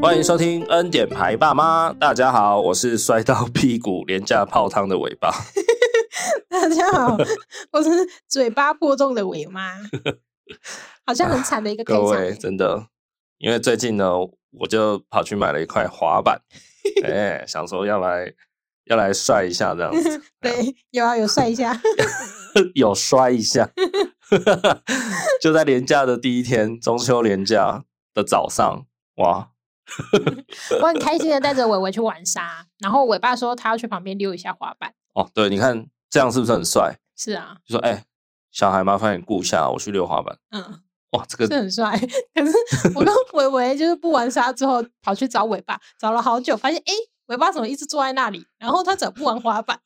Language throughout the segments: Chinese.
欢迎收听《恩典牌爸妈》，大家好，我是摔到屁股、 廉价泡汤的尾巴。 大家好，我是嘴巴破洞的尾妈，好像很惨的一个开各场位欸。真的，因为最近呢，我就跑去买了一块滑板，哎、想说要来要来摔一下这样子， 对，有啊，有帅一下，有摔一下， 就在廉价的第一天，中秋廉价的早上，哇，我很开心的带着伟伟去玩沙，然后伟爸说他要去旁边溜一下滑板。哦，对，你看这样是不是很帅？是啊，就说哎、小孩麻烦你顾一下，我去溜滑板。嗯，哇，这个是很帅。 可是 我跟伟伟就是不玩沙之后，跑去找伟爸，找了好久，发现哎，伟爸怎么一直坐在那里？然后他怎么不玩滑板？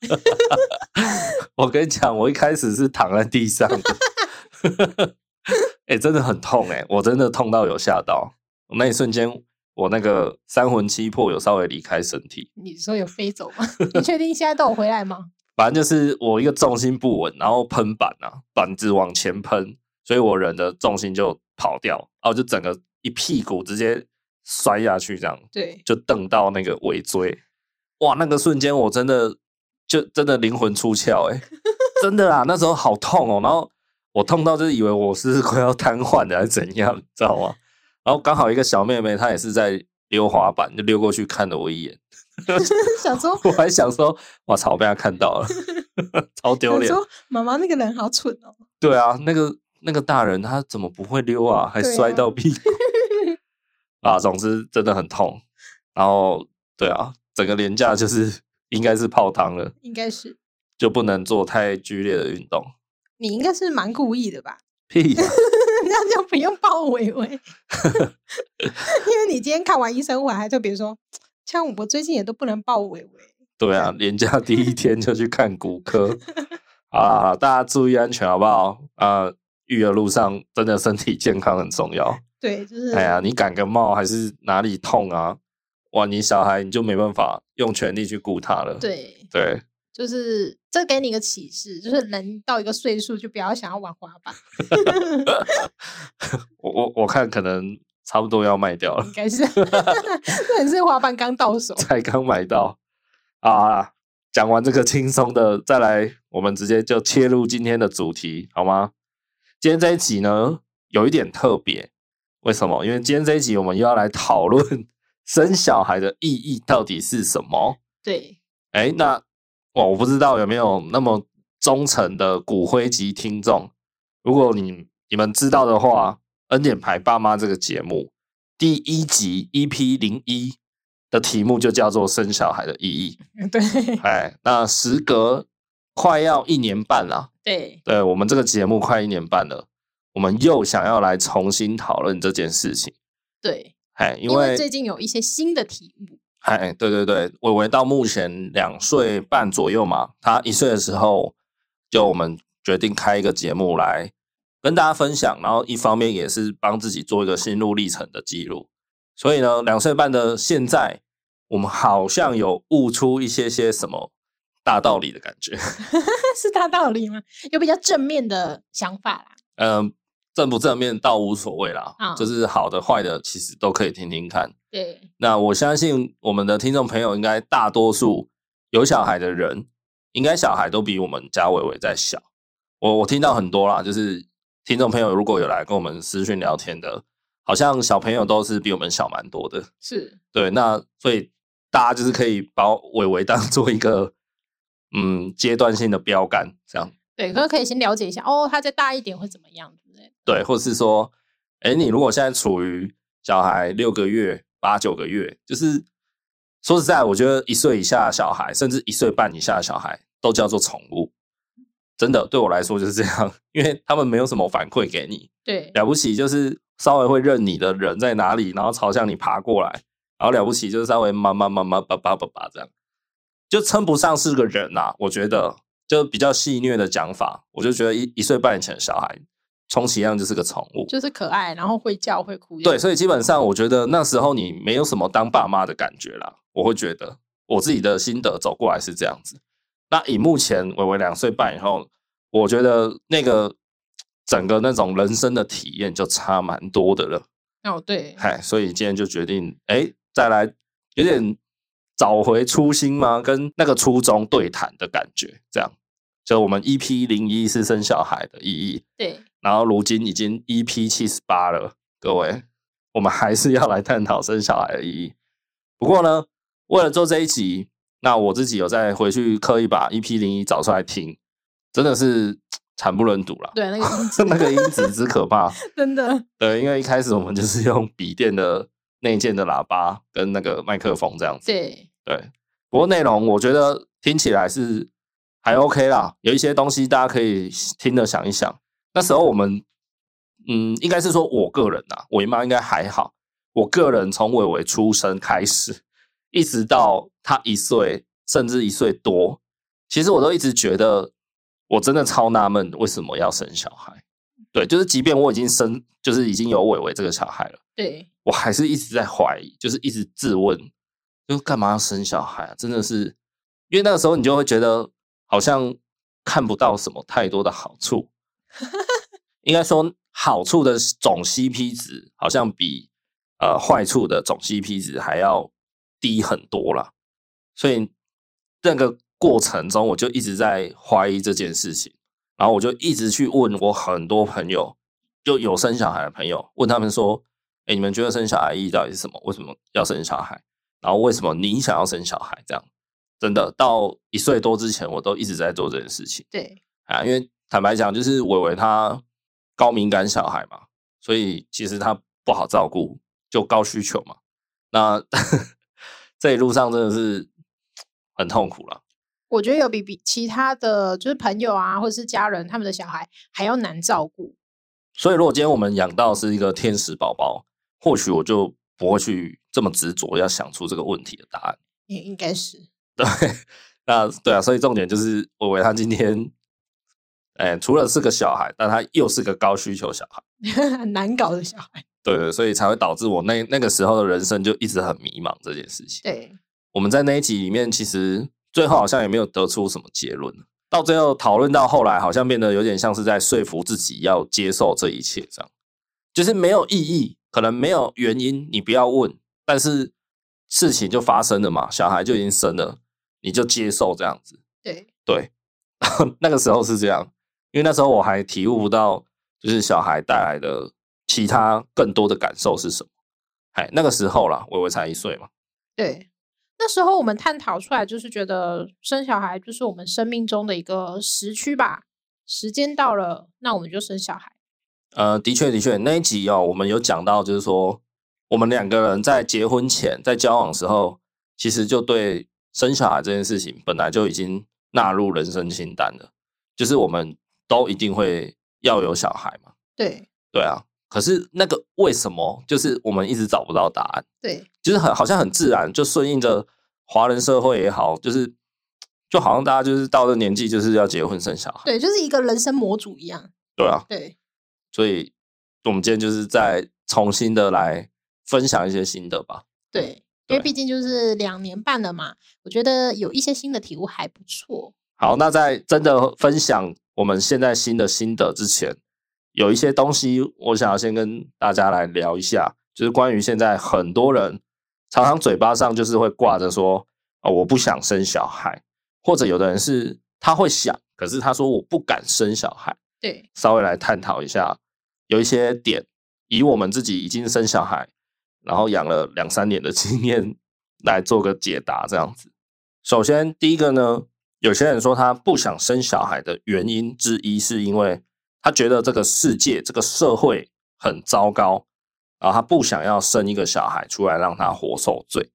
我跟你讲，我一开始是躺在地上的， 哎、真的很痛哎、我真的痛到有吓到。那一瞬间，我那个三魂七魄有稍微离开身体，你说有飞走吗？你确定现在都有回来吗？反正就是我一个重心不稳，然后喷板啊，板子往前喷，所以我人的重心就跑掉，然后就整个一屁股直接摔下去，这样对，就蹬到那个尾椎，哇，那个瞬间我真的就真的灵魂出窍哎、真的啊，那时候好痛哦，然后我痛到就是以为我是快要瘫痪的还是怎样，你知道吗？然后刚好一个小妹妹她也是在溜滑板，就溜过去看了我一眼， 想说我还想说，哇操，被她看到了， 超丢想脸。说妈妈那个人好蠢哦。对啊，那个那个大人他怎么不会溜啊？还对摔啊到 屁股啊总之真的很痛。然后对啊，整个廉价就是应该是泡汤了，应该是就不能做太剧烈的运动。你应该是蛮故意的吧？ 屁呀、这样就不用抱伟 伟，因为你今天看完医生，我还特别说，像我最近也都不能抱伟伟， 对啊，廉价第一天就去看骨科啊！大家注意安全好不好？啊、育儿路上真的身体健康很重要。对，就是哎呀，你感个冒还是哪里痛啊？哇，你小孩你就没办法用全力去顾他了。对，对，就是这给你一个启示，就是人到一个岁数就不要想要玩滑板，我我我看可能差不多要卖掉了 应，该是，这也是滑板刚到手，才刚买到啊。讲完这个轻松的，再来，我们直接就切入今天的主题，好吗？今天这一集呢，有一点特别，为什么？因为今天这一集我们又要来讨论 生小孩的意义到底是什么。对，哎，那哇，我不知道有没有那么忠诚的骨灰级听众。如果你你们知道的话，《恩典牌爸妈》这个节目第一集 EP 零一的题目就叫做“生小孩的意义对，”。哎，那时隔快要一年半了、对，对我们这个节目快一年半了，我们又想要来重新讨论这件事情。对，哎，因因为为最近有一些新的题目， 哎，对对对，伟伟到目前两岁半左右嘛，他一岁的时候，就我们决定开一个节目来跟大家分享，然后一方面也是帮自己做一个心路历程的记录。所以呢，两岁半的现在，我们好像有悟出一些些什么大道理的感觉。 是大道理吗？有比较正面的想法啦，嗯，正不正面倒无所谓啦，嗯就是好的坏的，其实都可以听听看。对，那我相信我们的听众朋友应该大多数有小孩的人，应该小孩都比我们家伟伟在小。我我听到很多啦，就是听众朋友如果有来跟我们私讯聊天的，好像小朋友都是比我们小蛮多的。是，对，那所以大家就是可以把伟伟当做一个嗯阶段性的标杆，这样对，可是可以先了解一下，哦，他再大一点会怎么样，对不对？对，或是说，哎，你如果现在处于小孩六个月、八九个月，就是说实在，我觉得一岁以下的小孩，甚至一岁半以下的小孩，都叫做宠物。真的，对我来说就是这样，因为他们没有什么反馈给你，对，了不起就是稍微会认你的人在哪里，然后朝向你爬过来，然后了不起就是稍微妈妈妈妈爸爸爸爸这样，就称不上是个人呐、我觉得就比较戏谑的讲法，我就觉得一一岁半以前的小孩，充其量就是个宠物。就是可爱，然后会叫会哭，对，所以基本上我觉得那时候你没有什么当爸妈的感觉啦，我会觉得我自己的心得走过来是这样子。那以目前伟伟两岁半以后，我觉得那个整个那种人生的体验就差蛮多的了。哦，对，嗨，所以今天就决定，哎，再来有点找回初心吗？跟那个初衷对谈的感觉，这样。就我们 EP 零一是生小孩的意义，对，然后如今已经 EP 七十八了，各位，我们还是要来探讨生小孩的意义。不过呢，为了做这一集，那我自己有再回去刻意把 EP 零一找出来听，真的是惨不忍睹了。对，那个 音 质那个音质之可怕，真的，对，因为一开始我们就是用笔电的内建的喇叭跟那个麦克风这样子， 对，对，不过内容我觉得听起来是还 OK 啦，有一些东西大家可以听了想一想。那时候我们，嗯，应该是说我个人啊，我姨妈应该还好。我个人从伟伟出生开始，一直到他一岁，甚至一岁多，其实我都一直觉得，我真的超纳闷为什么要生小孩。对，就是即便我已经生，就是已经有伟伟这个小孩了。对，我还是一直在怀疑，就是一直质问，就干嘛要生小孩啊？真的是，因为那个时候你就会觉得好像看不到什么太多的好处，应该说好处的总 CP 值好像比呃坏处的总 CP 值还要低很多啦。所以那个过程中，我就一直在怀疑这件事情，然后我就一直去问我很多朋友，就有生小孩的朋友，问他们说：“哎，你们觉得生小孩意义到底是什么？为什么要生小孩？然后为什么你想要生小孩？”这样真的到一岁多之前，我都一直在做这件事情对，啊，因为坦白讲，就是伟伟他高敏感小孩嘛，所以其实他不好照顾，就高需求嘛。那 这一路上真的是很痛苦了。我觉得有比比其他的就是朋友啊，或者是家人他们的小孩还要难照顾。所以，如果今天我们养到是一个天使宝宝，或许我就不会去这么执着要想出这个问题的答案。也应该是 那对啊，所以重点就是，我以为他今天，哎，除了是个小孩，但他又是个高需求小孩，很难搞的小孩。对对，所以才会导致我那那个时候的人生就一直很迷茫这件事情。对，我们在那一集里面，其实最后好像也没有得出什么结论，到最后讨论到后来，好像变得有点像是在说服自己要接受这一切，这样就是没有意义，可能没有原因，你不要问，但是事情就发生了嘛，小孩就已经生了，你就接受这样子。对，对， 那个时候是这样，因为那时候我还体悟不到，就是小孩带来的其他更多的感受是什么。哎，那个时候啦，微微才一岁嘛，对。那时候我们探讨出来，就是觉得生小孩就是我们生命中的一个时区吧。时间到了，那我们就生小孩。呃，的确的确，那一集哦，我们有讲到，就是说我们两个人在结婚前，在交往的时候，其实就对生小孩这件事情本来就已经纳入人生清单了，就是我们都一定会要有小孩嘛，对，对啊。可是那个为什么，就是我们一直找不到答案。对，就是很好像很自然，就顺应着华人社会也好，就是就好像大家就是到这年纪就是要结婚生小孩，对，就是一个人生模组一样。对啊，对，所以我们今天就是再重新的来分享一些心得吧。对，因对为毕竟就是两年半了嘛，我觉得有一些新的体悟还不错。好，那在真的分享我们现在新的心得之前，有一些东西我想要先跟大家来聊一下，就是关于现在很多人常常嘴巴上就是会挂着说，哦，我不想生小孩，或者有的人是他会想，可是他说我不敢生小孩。对，稍微来探讨一下，有一些点以我们自己已经生小孩，然后养了两三年的经验来做个解答，这样子。首先，第一个呢，有些人说他不想生小孩的原因之一，是因为他觉得这个世界、这个社会很糟糕，然后他不想要生一个小孩出来让他活受罪。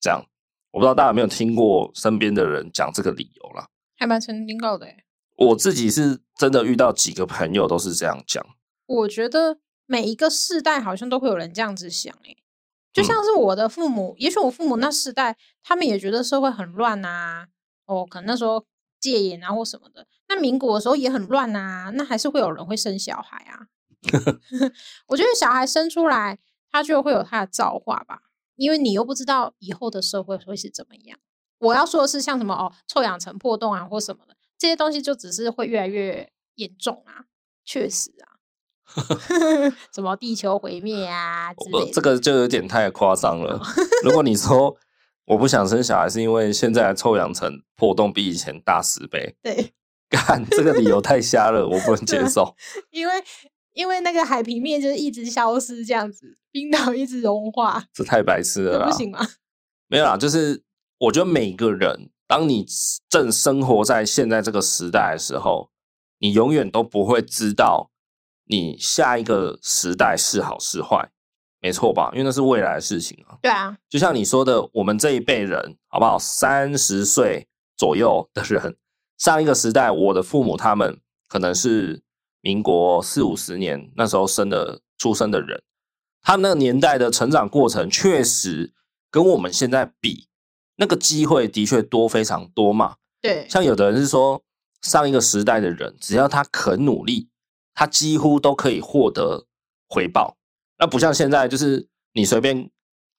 这样，我不知道大家有没有听过身边的人讲这个理由啦。还蛮曾经告的、欸。我自己是真的遇到几个朋友都是这样讲。我觉得每一个世代好像都会有人这样子想、欸，嗯就像是我的父母，也许我父母那世代，他们也觉得社会很乱啊，哦，可能那时候戒严啊或什么的。那民国的时候也很乱啊，那还是会有人会生小孩 啊。 我觉得小孩生出来，他就会有他的造化吧，因为你又不知道以后的社会会是怎么样。我要说的是，像什么哦，臭氧层 破洞啊，或什么的，这些东西就只是会越来越严重啊，确实啊。 什么地球毁灭啊之我类哦这的。哦个就有点太夸张了。如果你说我不想生小孩，是因为现在的臭氧层破洞比以前大十倍，对，干这个理由太瞎了，我不能啊接受。因为因为那个海平面就是一直消失这样子，冰岛一直融化，这太白痴这了啦不！行吗？没有啦，就是我觉得每个人，当你正生活在现在这个时代的时候，你永远都不会知道你下一个时代是好是坏，没错吧？因为那是未来的事情啊。对啊，就像你说的，我们这一辈人，好不好？三十岁左右的人，上一个时代，我的父母他们可能是民国四五十年那时候生的出生的人，他们那个年代的成长过程，确实跟我们现在比，那个机会的确多非常多嘛。对，像有的人是说，上一个时代的人，只要他肯努力，他几乎都可以获得回报。那不像现在，就是你随便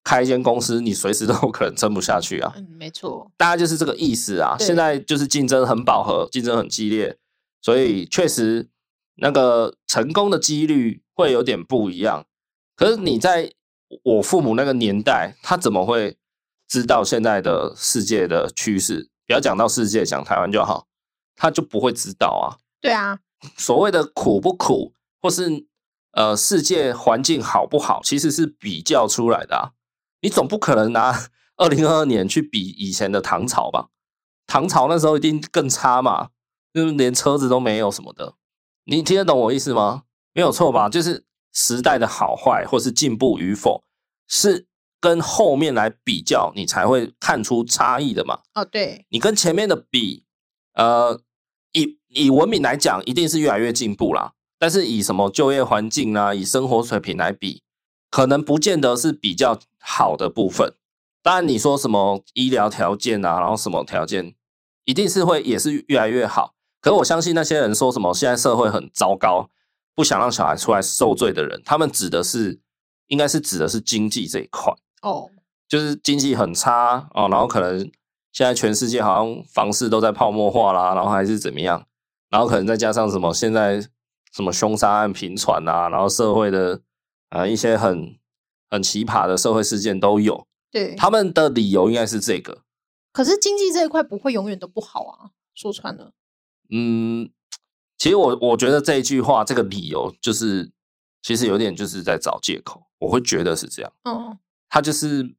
开一间公司，你随时都 有可能撑不下去啊。嗯，没错，大家就是这个意思啊。对现在就是竞争很饱和，竞争很激烈，所以确实那个成功的几率会有点不一样。可是你在我父母那个年代，他怎么会知道现在的世界的趋势？不要讲到世界，讲台湾就好，他就不会知道啊。对啊，所谓的苦不苦，或是呃世界环境好不好，其实是比较出来的啊。你总不可能拿 二零二二年去比以前的唐朝吧？唐朝那时候一定更差嘛，就是连车子都没有什么的。你听得懂我意思吗？没有错吧？就是时代的好坏，或是进步与否，是跟后面来比较，你才会看出差异的嘛。哦，对，你跟前面的比，呃，以以文明来讲，一定是越来越进步啦。但是以什么就业环境啊，以生活水平来比，可能不见得是比较好的部分。当然，你说什么医疗条件啊，然后什么条件，一定是会也是越来越好。可是我相信那些人说什么现在社会很糟糕，不想让小孩出来受罪的人，他们指的是应该是指的是经济这一块。哦，就是经济很差哦，然后可能现在全世界好像房市都在泡沫化啦，然后还是怎么样，然后可能再加上什么现在什么凶杀案频传啊，然后社会的啊、呃一些很很奇葩的社会事件都有，对，他们的理由应该是这个，可是经济这一块不会永远都不好啊，说穿了，嗯，其实我我觉得这一句话这个理由就是其实有点就是在找借口，我会觉得是这样。嗯，他就是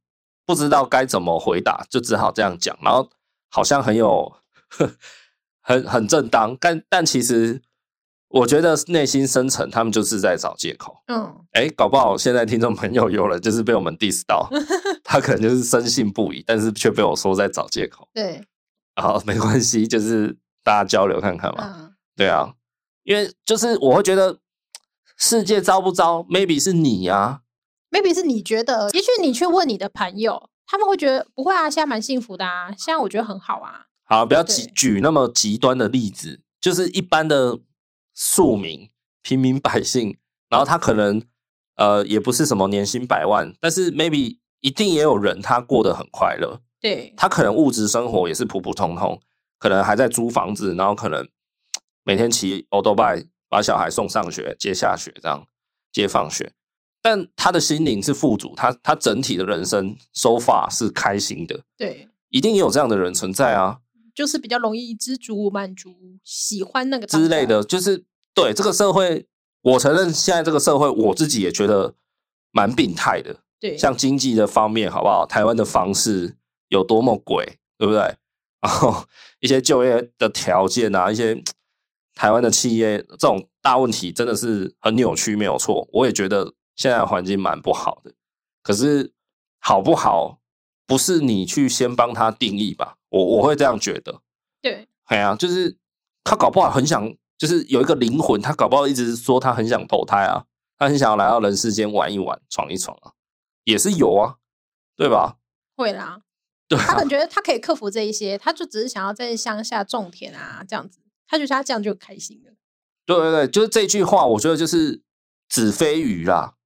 不知道该怎么回答，就只好这样讲，然后好像很有很很正当，但但其实我觉得内心深层他们就是在找借口。嗯，哎，搞不好现在听众朋友有人就是被我们 diss 到，他可能就是深信不疑，但是却被我说在找借口。对，啊，没关系，就是大家交流看看嘛。嗯，对啊，因为就是我会觉得世界糟不糟，maybe 是你啊， maybe 是你觉得，也许你去问你的朋友，他们会觉得不会啊，现在蛮幸福的啊，现在我觉得很好啊，好，不要举对举那么极端的例子，就是一般的庶民、平民百姓，然后他可能呃也不是什么年薪百万，但是 maybe 一定也有人他过得很快乐，对，他可能物质生活也是普普通通，可能还在租房子，然后可能每天骑 o l d b i 把小孩送上学、接下学这样接放学，但他的心灵是富足，他他整体的人生手法是开心的，对，一定也有这样的人存在啊。就是比较容易知足、满足、喜欢那个当之类下，的，就是对这个社会，我承认现在这个社会，我自己也觉得蛮病态的。对，像经济的方面，好不好？台湾的房市有多么鬼，对不对？然后一些就业的条件啊，一些台湾的企业这种大问题，真的是很扭曲，没有错。我也觉得现在的环境蛮不好的，可是好不好，不是你去先帮他定义吧？我我会这样觉得。对，哎呀、就是他搞不好很想，就是有一个灵魂，他搞不好一直说他很想投胎啊，他很想要来到人世间玩一玩、闯一闯啊，也是有啊，对吧？会啦。对他啊可，能觉得他可以克服这一些，他就只是想要在乡下种田啊，这样子，他觉得他这样就很开心了。对对对，就是这句话，我觉得就是子非鱼啦，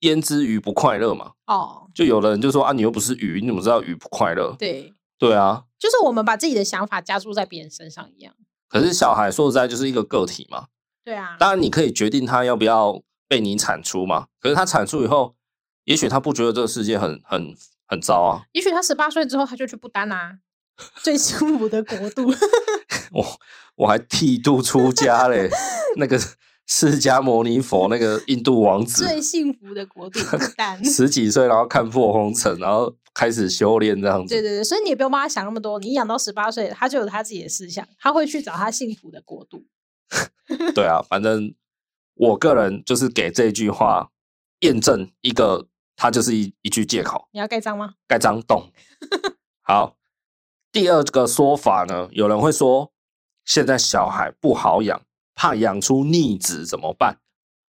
焉知鱼不快乐嘛？哦，就有的人就说啊，你又不是鱼，你怎么知道鱼不快乐？对，对啊，就是我们把自己的想法加注在别人身上一样。可是小孩说实在就是一个个体嘛，对啊，当然，你可以决定他要不要被你产出嘛。可是他产出以后，也许他不觉得这个世界很很很糟啊。也许他十八岁之后他就去不丹啊，最幸福的国度。 我我还剃度出家嘞，那个释迦牟尼佛那个印度王最子，。幸福的国度不 丹十几岁然后看破红尘，然后开始修炼这样对子。对对，所以你也不用帮他想那么多，你养到十八岁，他就有他自己的思想，他会去找他幸福的国度。对啊，反正我个人就是给这句话验证一个，它就是一一句借口。你要盖章吗？盖章洞。好，第二个说法呢，有人会说，现在小孩不好养，怕养出逆子怎么办？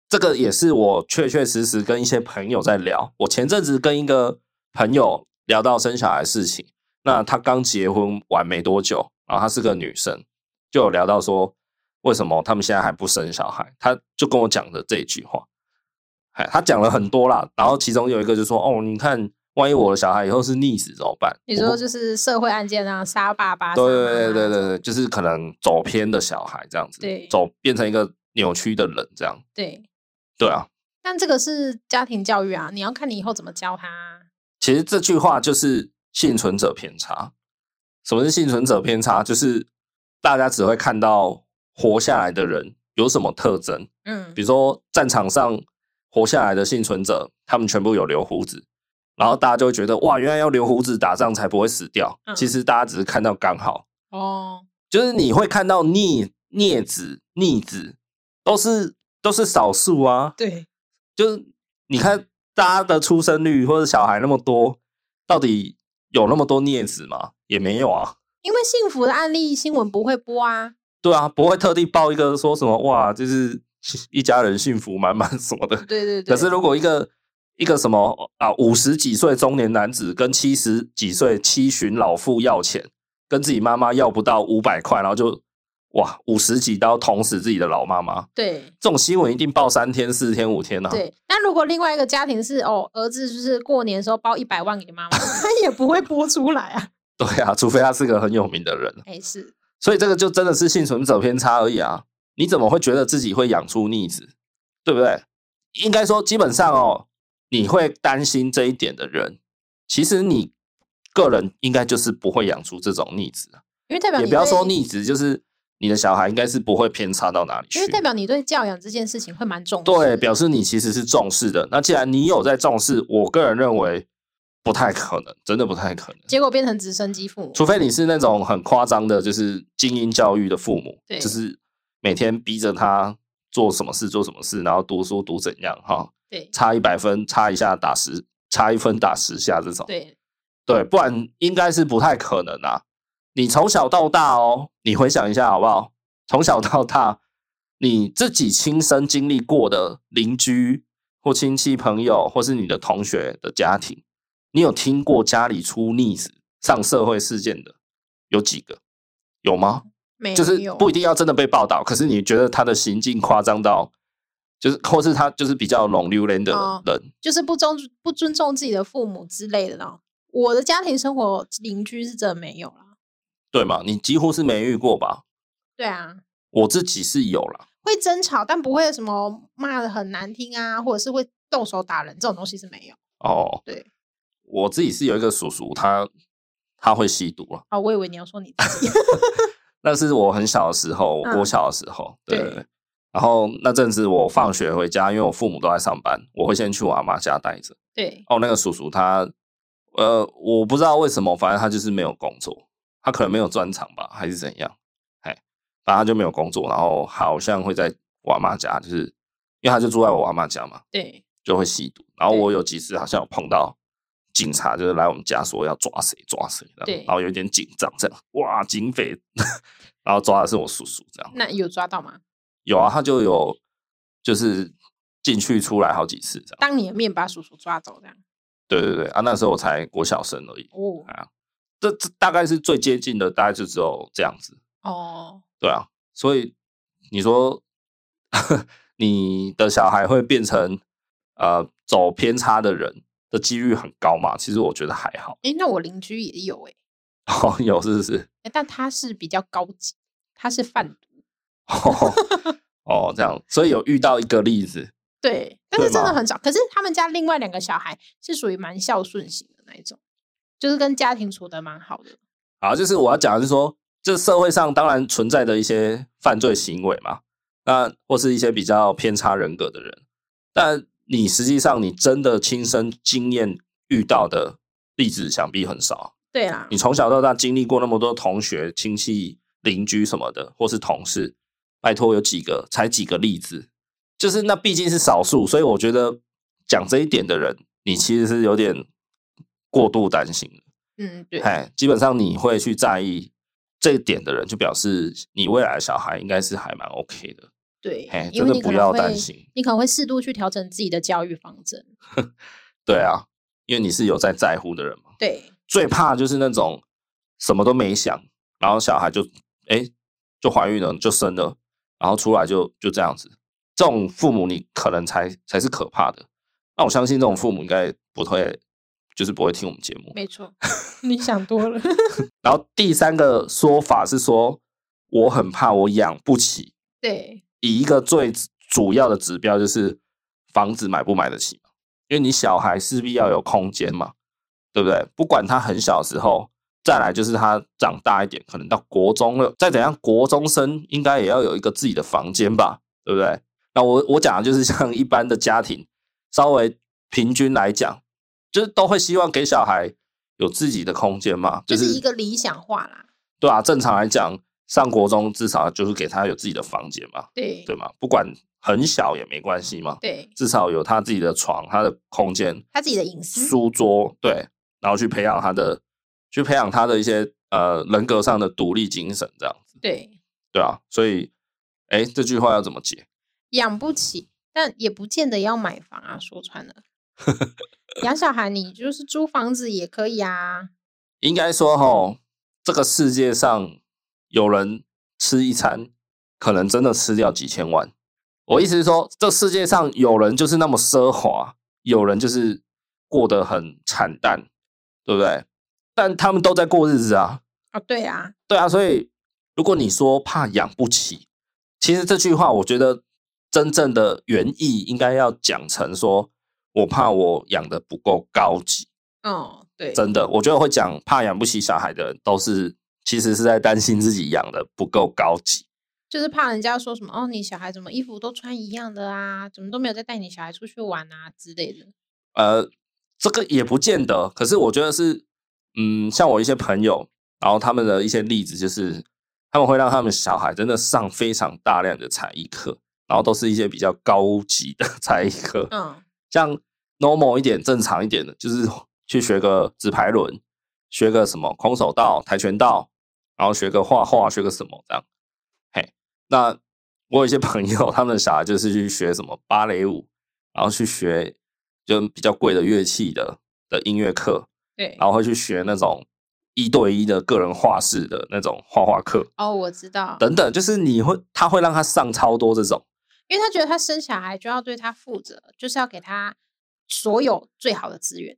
这个也是我确确实实跟一些朋友在聊。我前阵子跟一个朋友聊到生小孩的事情，嗯那她刚结婚完没多久，然后她是个女生，就有聊到说，为什么他们现在还不生小孩？她就跟我讲的这一句话，哎，她讲了很多啦，然后其中有一个就说，哦，你看，万一我的小孩以后是逆子怎么办？你我说不就是社会案件啊，杀爸爸，对杀妈妈对对对对对，就是可能走偏的小孩这样子，对走变成一个扭曲的人这样，对。对啊。但这个是家庭教育啊，你要看你以后怎么教他啊。其实这句话就是幸存者偏差。什么是幸存者偏差？就是大家只会看到活下来的人有什么特征，嗯比，如说战场上活下来的幸存者，他们全部有留胡子，然后大家就会觉得哇，原来要留胡子打仗才不会死掉。嗯其实大家只是看到刚好，哦，就是你会看到逆孽子、逆子都是都是少数啊。对，就是你看大家的出生率或者小孩那么多，到底有那么多孽子吗？也没有啊。因为幸福的案例新闻不会播啊，对啊，不会特地报一个说什么哇，就是一家人幸福满满什么的。对对可对。是如果一个一个什么啊五十几岁中年男子跟七十几岁七旬老妇要钱，跟自己妈妈要不到五百块，然后就哇五十几刀捅死自己的老妈妈，对这种新闻一定报三天、四天、五天啊。对，那如果另外一个家庭是哦，儿子就是过年的时候包一百万给妈妈，他也不会播出来 啊。对啊，除非他是个很有名的人，啊哎，是，所以这个就真的是幸存者偏差而已啊！你怎么会觉得自己会养出逆子，对不对？应该说，基本上哦，你会担心这一点的人，其实你个人应该就是不会养出这种逆子啊，因为代表也你不要说对，逆子，就是你的小孩应该是不会偏差到哪里去因为。代表你对教养这件事情会蛮重视。对，表示你其实是重视的。那既然你有在重视，我个人认为不太可能，真的不太可能。结果变成直升机父母。除非你是那种很夸张的，就是精英教育的父母，对就是每天逼着他做什么事做什么事，然后读书读怎样哈，对差一百分差一下打十，差一分打十下这种，对，嗯对不然应该是不太可能啊。你从小到大哦，你回想一下好不好？从小到大，你自己亲身经历过的邻居或亲戚朋友，或是你的同学的家庭，你有听过家里出逆子、上社会事件的有几个？有吗？没就是有不一定要真的被报道，可是你觉得他的行径夸张到，就是或是他就是比较拢溜人的哦人，就是不尊不尊重自己的父母之类的呢。我的家庭生活邻居是真的没有啦。对吗？你几乎是没遇过吧？对啊，我自己是有啦，会争吵，但不会什么骂的很难听啊，或者是会动手打人这种东西是没有。哦，对，我自己是有一个叔叔，他他会吸毒啊，哦，我以为你要说你自 己那是我很小的时候，我嗯国小的时候，对对对对。然后那阵子我放学回家，因为我父母都在上班，我会先去我阿妈家待着。对哦，那个叔叔他，呃，我不知道为什么，反正他就是没有工作，他可能没有专长吧，还是怎样，哎，反正他就没有工作，然后好像会在我阿妈家，就是因为他就住在我阿妈家嘛，对就会吸毒。然后对我有几次好像有碰到警察，就是来我们家说要抓谁抓谁这样，对然后有点紧张这样，哇，警匪，然后抓的是我叔叔这样。那有抓到吗？有啊，他就有就是进去出来好几次这样。当你的面把叔叔抓走这样。对对对啊，那时候我才国小生而已，哦这这大概是最接近的，大概就只有这样子。哦，对啊，所以你说 你的小孩会变成呃走偏差的人的几率很高嘛？其实我觉得还好。诶，那我邻居也有诶， 哦，有是不是？ 诶但他是比较高级，他是贩毒。哦，哦，这样，所以有遇到一个例子，对，但是对真的吗很少。可是他们家另外两个小孩是属于蛮孝顺型的那一种，就是跟家庭处的蛮好的。好，就是我要讲的是说，这社会上当然存在的一些犯罪行为嘛，那或是一些比较偏差人格的人，但你实际上你真的亲身经验遇到的例子，想必很少。对啊啦你，从小到大经历过那么多同学、亲戚、邻居什么的，或是同事，拜托有几个？才几个例子？就是那毕竟是少数，所以我觉得讲这一点的人，你其实是有点过度担心的。嗯，对，哎，基本上你会去在意这一点的人，就表示你未来的小孩应该是还蛮 OK 的。哎对，，因真为的你可不能要会，担心。你可能会适度去调整自己的教育方针。对啊，因为你是有在在乎的人嘛。对，最怕就是那种什么都没想，然后小孩就哎就怀孕了，就生了，然后出来就就这样子。这种父母你可能才才是可怕的。那我相信这种父母应该不会，就是不会听我们节目。没错， 你想多了。然后第三个说法是说，我很怕我养不起。 对，以一个最主要的指标就是房子买不买得起嘛，因为你小孩势必要有空间嘛，对不对？不管他很小的时候，再来就是他长大一点，可能到国中了，再怎样，国中生应该也要有一个自己的房间吧，对不对？那我我讲的就是像一般的家庭，稍微平均来讲，就是都会希望给小孩有自己的空间嘛，就就是是一个理想化啦。对啊，正常来讲，上国中至少就是给他有自己的房间嘛，对，对吗？不管很小也没关系嘛，对，至少有他自己的床、他的空间、他自己的隐私。书桌，对，然后去培养他的，去培养他的一些呃人格上的独立精神，这样子，对，对啊，所以，哎，这句话要怎么解？养不起，但也不见得要买房啊。说穿 了，养小孩你就是租房子也可以啊。应该说，吼，这个世界上有人吃一餐，可能真的吃掉几千万。我意思是说，这世界上有人就是那么奢华，有人就是过得很惨淡，对不对？但他们都在过日子啊，哦，对啊，对啊。所以，如果你说怕养不起，其实这句话我觉得真正的原意应该要讲成说，我怕我养的不够高级。哦，对，真的，我觉得会讲怕养不起小孩的人，都是其实是在担心自己养的不够高级。就是怕人家说什么哦，你小孩怎么衣服都穿一样的啊，怎么都没有再带你小孩出去玩啊之类的。呃，这个也不见得，可是我觉得是，嗯，像我一些朋友，然后他们的一些例子就是，他们会让他们小孩真的上非常大量的才艺课，然后都是一些比较高级的 才艺课，嗯，像 normal 一点、正常一点的，就是去学个直排轮，学个什么空手道、跆拳道，然后学个画画，学个什么这样。嘿，那我有一些朋友，他们的小孩就是去学什么芭蕾舞，然后去学就比较贵的乐器的的音乐课，对。然后会去学那种一对一的个人画室的那种画画课哦，我知道，等等，就是你会他会让他上超多这种。因为他觉得他生小孩就要对他负责，就是要给他所有最好的资源。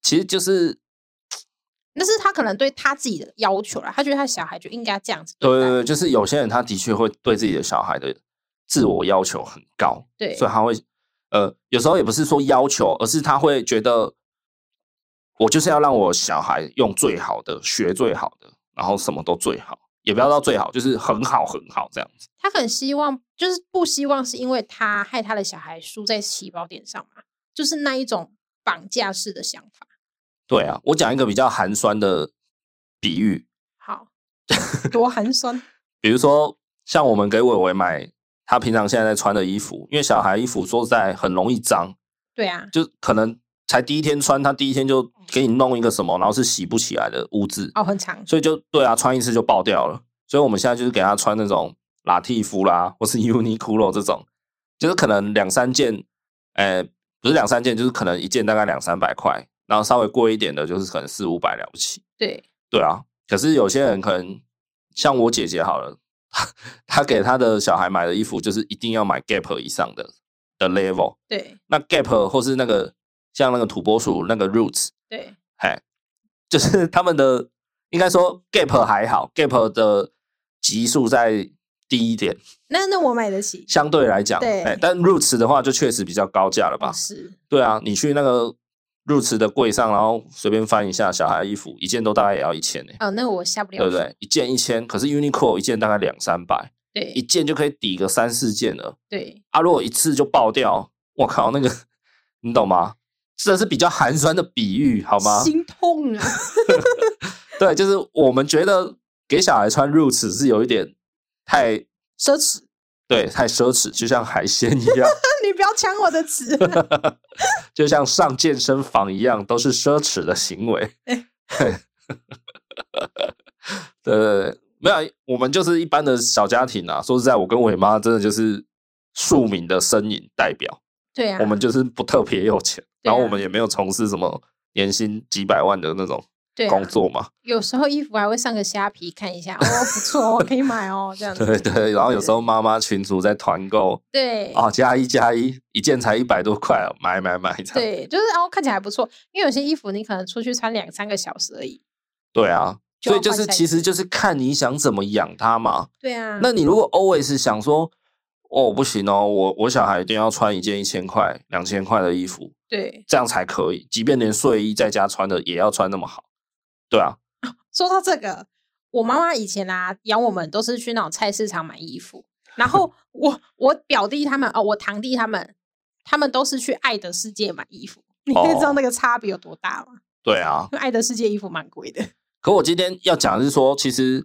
其实就是那是他可能对他自己的要求啦，他觉得他小孩就应该这样子对对待对，就是有些人他的确会对自己的小孩的自我要求很高，对所以他会呃，有时候也不是说要求，而是他会觉得我就是要让我小孩用最好的，学最好的，然后什么都最好，也不要到最好，就是很好很好这样子。他很希望，就是不希望是因为他害他的小孩输在起跑点上嘛，就是那一种绑架式的想法。对啊，我讲一个比较寒酸的比喻， 好，多寒酸。比如说像我们给伟伟买他平常现在在穿的衣服，因为小孩衣服说实在很容易脏，对啊，就可能才第一天穿，他第一天就给你弄一个什么，然后是洗不起来的污渍，哦，很长。所以就对啊，穿一次就爆掉了。所以我们现在就是给他穿那种拉蒂夫啦，或是 Uniqlo 这种，就是可能两三件，呃，不是两三件，就是可能一件大概两三百块，然后稍微贵一点的，就是可能四五百了不起。对，对啊，可是有些人可能像我姐姐好了，她她给她的小孩买的衣服就是一定要买 Gap 以上的的 level，对，那 Gap 或是那个像那个土拨鼠那个 Roots，对，嘿， 就是他们的应该说 Gap 还好，Gap 的级数在低一点，那那我买得起，相对来讲，对哎，但 Roots 的话就确实比较高价了吧？是对啊，你去那个 Roots 的柜上，然后随便翻一下小孩衣服，一件都大概也要一千呢、哦，那个我下不了，对不？对？一件一千，可是 Uniqlo 一件大概两三百，一对件就可以抵个三四件了。对，啊，如果一次就爆掉，我靠，那个你懂吗？这是比较寒酸的比喻，好吗？心痛啊！ 对，就是我们觉得给小孩穿 Roots 是有一点太奢侈，对太奢侈，就像海鲜一样， 你不要抢我的词。就像上健身房一样，都是奢侈的行为。 哎对对对，没有，我们就是一般的小家庭啊。说实在，我跟伟妈真的就是庶民的身影代表。对啊，我们就是不特别有钱，对然后我啊们也没有从事什么年薪几百万的那种对啊工作嘛， 有时候衣服还会上个虾皮看一下，哦，不错，我可以买哦，这样子。对对。然后有时候妈妈群主在团购对 啊，加一加一，一件才一百多块哦，买买买这样。对，就是哦，看起来还不错，因为有些衣服你可能出去穿两三个小时而已。对啊，就所以要就换是下一其实件就是看你想怎么养它嘛。对啊，那你如果 always 想说，哦不行哦，我我小孩一定要穿一件一千块、两千块的衣服，对，这样才可以，即便连睡衣在家穿的也要穿那么好，对啊，说到这个，我妈妈以前啊养我们都是去那种菜市场买衣服，然 后我我表弟他们哦，我堂弟他们，他们都是去爱的世界买衣服。你可以知道哦那个差别有多大吗？对啊。因为爱的世界衣服蛮贵 的。可我今天要讲的是说，其实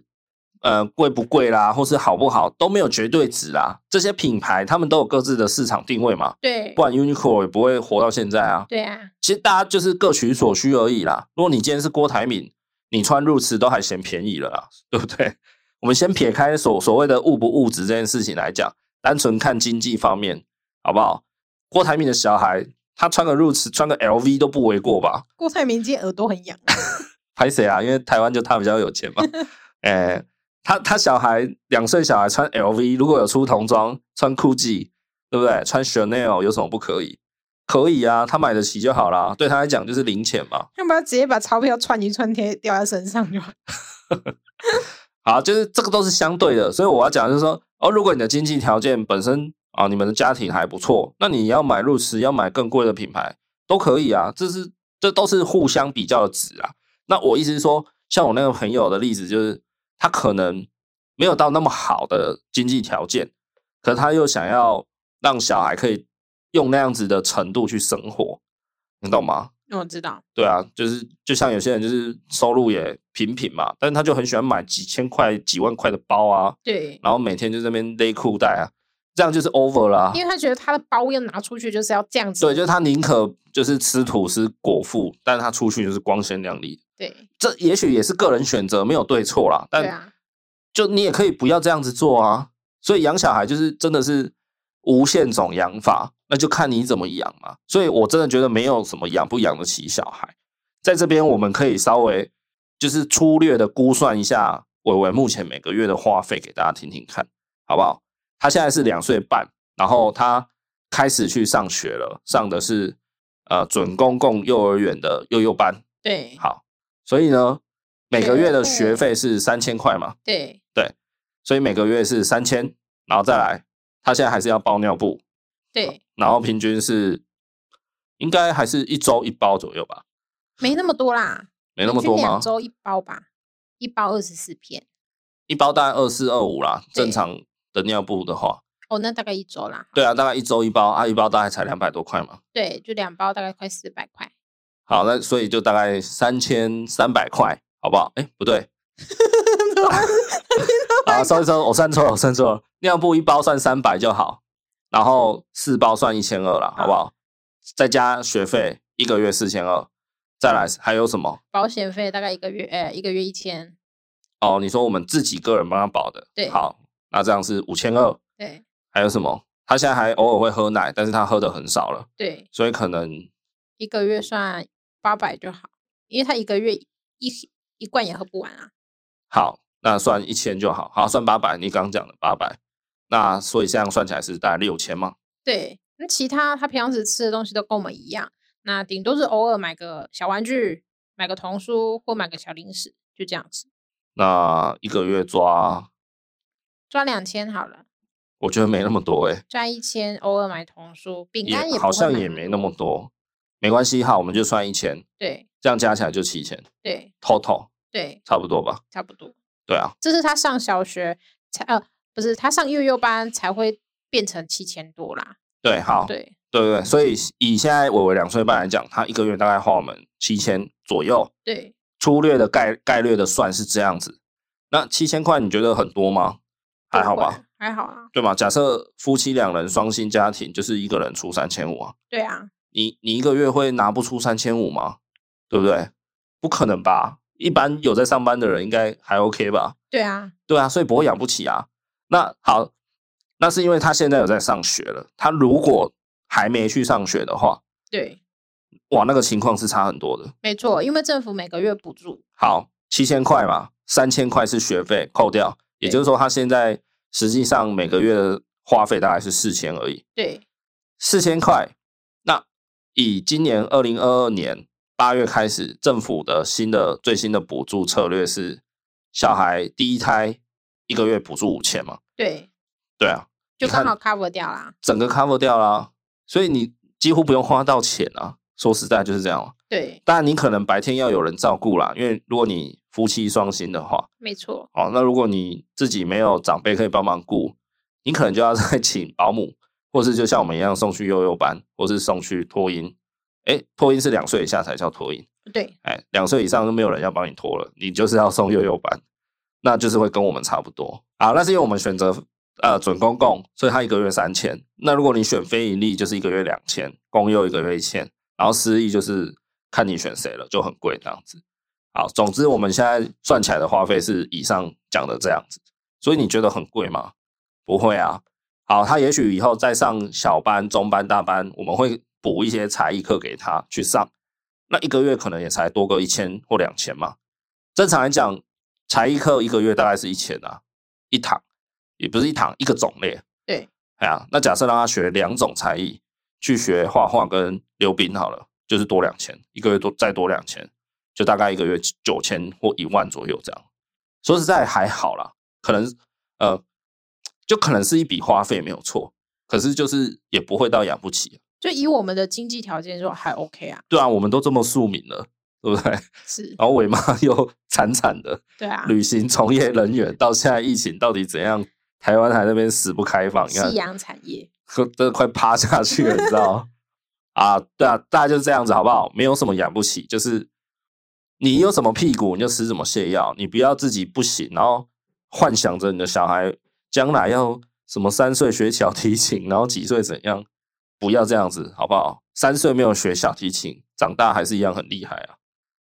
呃贵不贵啦，或是好不好都没有绝对值啦。这些品牌他们都有各自的市场定位嘛，对不，然 Uniqlo 也不会活到现在啊。对啊，其实大家就是各取所需而已啦。如果你今天是郭台铭，你穿入池都还嫌便宜了啦， 对不对？我们先撇开所所谓的物不物质这件事情来讲，单纯看经济方面，好不好？郭台铭的小孩，他穿个入池，穿个 LV 都不为过吧？郭台铭今天耳朵很痒。 拍谁啊？因为台湾就他比较有钱嘛。诶、他他小孩两岁小孩穿 LV，如果有出童装，穿 GUCCI，对不对？穿 Chanel 有什么不可以？可以啊，他买得起就好啦。对他来讲就是零钱嘛。要不要直接把钞票串一串贴掉在身上就好？好，就是这个都是相对的，所以我要讲的就是说，哦，如果你的经济条件本身啊，你们的家庭还不错，那你要买入池，要买更贵的品牌都可以啊，这是这都是互相比较的值啊。那我意思是说，像我那个朋友的例子，就是他可能没有到那么好的经济条件，可他又想要让小孩可以用那样子的程度去生活，你懂吗？嗯我知道，对啊，就是就像有些人就是收入也平平嘛，但是他就很喜欢买几千块、几万块的包啊，对，然后每天就在那边勒裤带啊，这样就是 over 啦、因为他觉得他的包要拿出去就是要这样子，对，就是他宁可就是吃土司果腹，但是他出去就是光鲜亮丽。对这也许也是个人选择，没有对错啦。对但啊，就你也可以不要这样子做啊。所以养小孩就是真的是无限种养法，那就看你怎么养嘛。所以我真的觉得没有什么养不养得起小孩，在这边我们可以稍微就是粗略的估算一下伟伟目前每个月的花费给大家听听看，好不好？他现在是两岁半，然后他开始去上学了，上的是呃准公共幼儿园的幼幼班，对好，所以呢，每个月的学学费费是三千块嘛，对所以每个月是三千，然后再来，他现在还是要包尿布，对，然后平均是应该还是一周一包左右吧，没那么多啦，没那么平均多吗两？周一包吧，一包二十四片，一包大概二四二五啦，对正常的尿布的话，哦，那大概一周啦，对啊，大概一周一包啊，一包大概才两百多块嘛。对，就两包大概快四百块，好，那所以就大概三千三百块，好不好？哎，不 对，啊，收一收，我算错了，我算错了，尿布一包算三百就好，然后四包算一千二了，好不好？再加学费，一个月四千二，再来嗯还有什么？保险费大概一个月，呃，一个月一千，哦，你说我们自己个人帮他保的，对好，那这样是五千二，对还有什么？他现在还偶尔会喝奶，但是他喝的很少了，对，所以可能一个月算八百就好，因为他一个月一一罐也喝不完啊，好，那算一千就好，好算八百，你刚讲的八百，那所以这样算起来是大概六千嘛？对，那其他他平常时吃的东西都跟我们一样，那顶多是偶尔买个小玩具，买个童书或买个小零食，就这样子。那一个月抓抓两千好了，我觉得没那么多哎、抓一千，偶尔买童书，饼干也也好不会像买也没那么多，没关系哈，我们就算一千，对这样加起来就七千对，total 对，差不多吧？差不多。对啊，这是他上小学才呃，不是他上幼幼班才会变成七千多啦。对，好，对对对对，所以以现在伟伟两岁半来讲，他一个月大概花我们七千左右，对，粗略的概概略的算是这样子。那七千块你觉得很多吗？还不好会吧，？还好啊。对吧？假设夫妻两人双薪家庭，就是一个人出三千五啊，对啊，你你一个月会拿不出三千五吗？对不对？不可能吧？一般有在上班的人应该还 OK 吧？对啊，对啊，所以不会养不起啊。那好，那是因为他现在有在上学了。他如果还没去上学的话，对，哇，那个情况是差很多的。没错，因为政府每个月补助。好，七千块嘛，三千块是学费扣掉，也就是说他现在实际上每个月的花费大概是四千而已，对四千块。那以今年二零二二年八月开始，政府的新的最新的补助策略是，小孩第一胎一个月补助五千嘛？对，对啊，就你刚看好 cover 掉啦。整个 cover 掉啦、所以你几乎不用花到钱啊。说实在就是这样啊，对，当然你可能白天要有人照顾啦，因为如果你夫妻双薪的话，没错，哦，那如果你自己没有长辈可以帮忙顾，你可能就要再请保姆， 或是就像我们一样送去幼幼班，或是送去托婴。哎，托婴是两岁以下才叫托婴，对哎，两岁以上就没有人要帮你托了，你就是要送幼幼班，那就是会跟我们差不多啊。那是因为我们选择呃准公共，所以他一个月三千。那如果你选非盈利，就是一个月两千，公幼一个月一千，然后私益就是看你选谁了，就很贵这样子。好，总之我们现在算起来的花费是以上讲的这样子，所以你觉得很贵吗？不会啊。好，他也许以后再上小班、中班、大班，我们会补一些才艺课给他去上，那一个月可能也才多个一千或两千嘛。正常来讲，才艺课一个月大概是一千啊，一堂也不是一堂，一个种类。对，哎呀，那假设让他学两种才艺，去学画画跟溜冰好了，就是多两千，一个月多再多两千，就大概一个月九千或一万左右这样。说实在还好啦，可能呃，就可能是一笔花费没有错，可是就是也不会到养不起。啊就以我们的经济条件说还 OK 啊，对啊，我们都这么庶民了，对不对？是，然后尾妈 又惨惨的，对啊，旅行从业人员到现在疫情到底怎样？台湾还那边死不开放，你看夕阳产业，呵真的快趴下去了，你知道吗？ 啊，对啊，大家就是这样子，好不好？没有什么养不起，就是你有什么屁股你就吃什么泻药，你不要自己不行，然后幻想着你的小孩将来要什么三岁学小提琴，然后几岁怎样，不要这样子，好不好？三岁没有学小提琴，长大还是一样很厉害啊，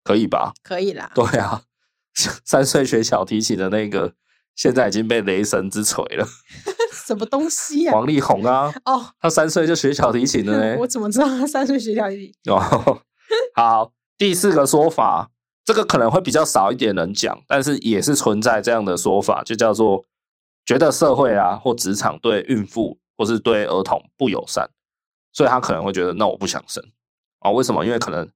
可以吧？可以啦。 对啊，三岁学小提琴的那个，现在已经被雷神之锤了，什么东西呀、王力宏啊，哦，他三岁就学小提琴了呢我。怎么知道他三岁学小提琴？哦，好，第四个说法，这个可能会比较少一点人讲，但是也是存在这样的说法，就叫做觉得社会啊或职场对孕妇或是对儿童不友善，所以他可能会觉得那我不想生啊、哦？为什么？因为可能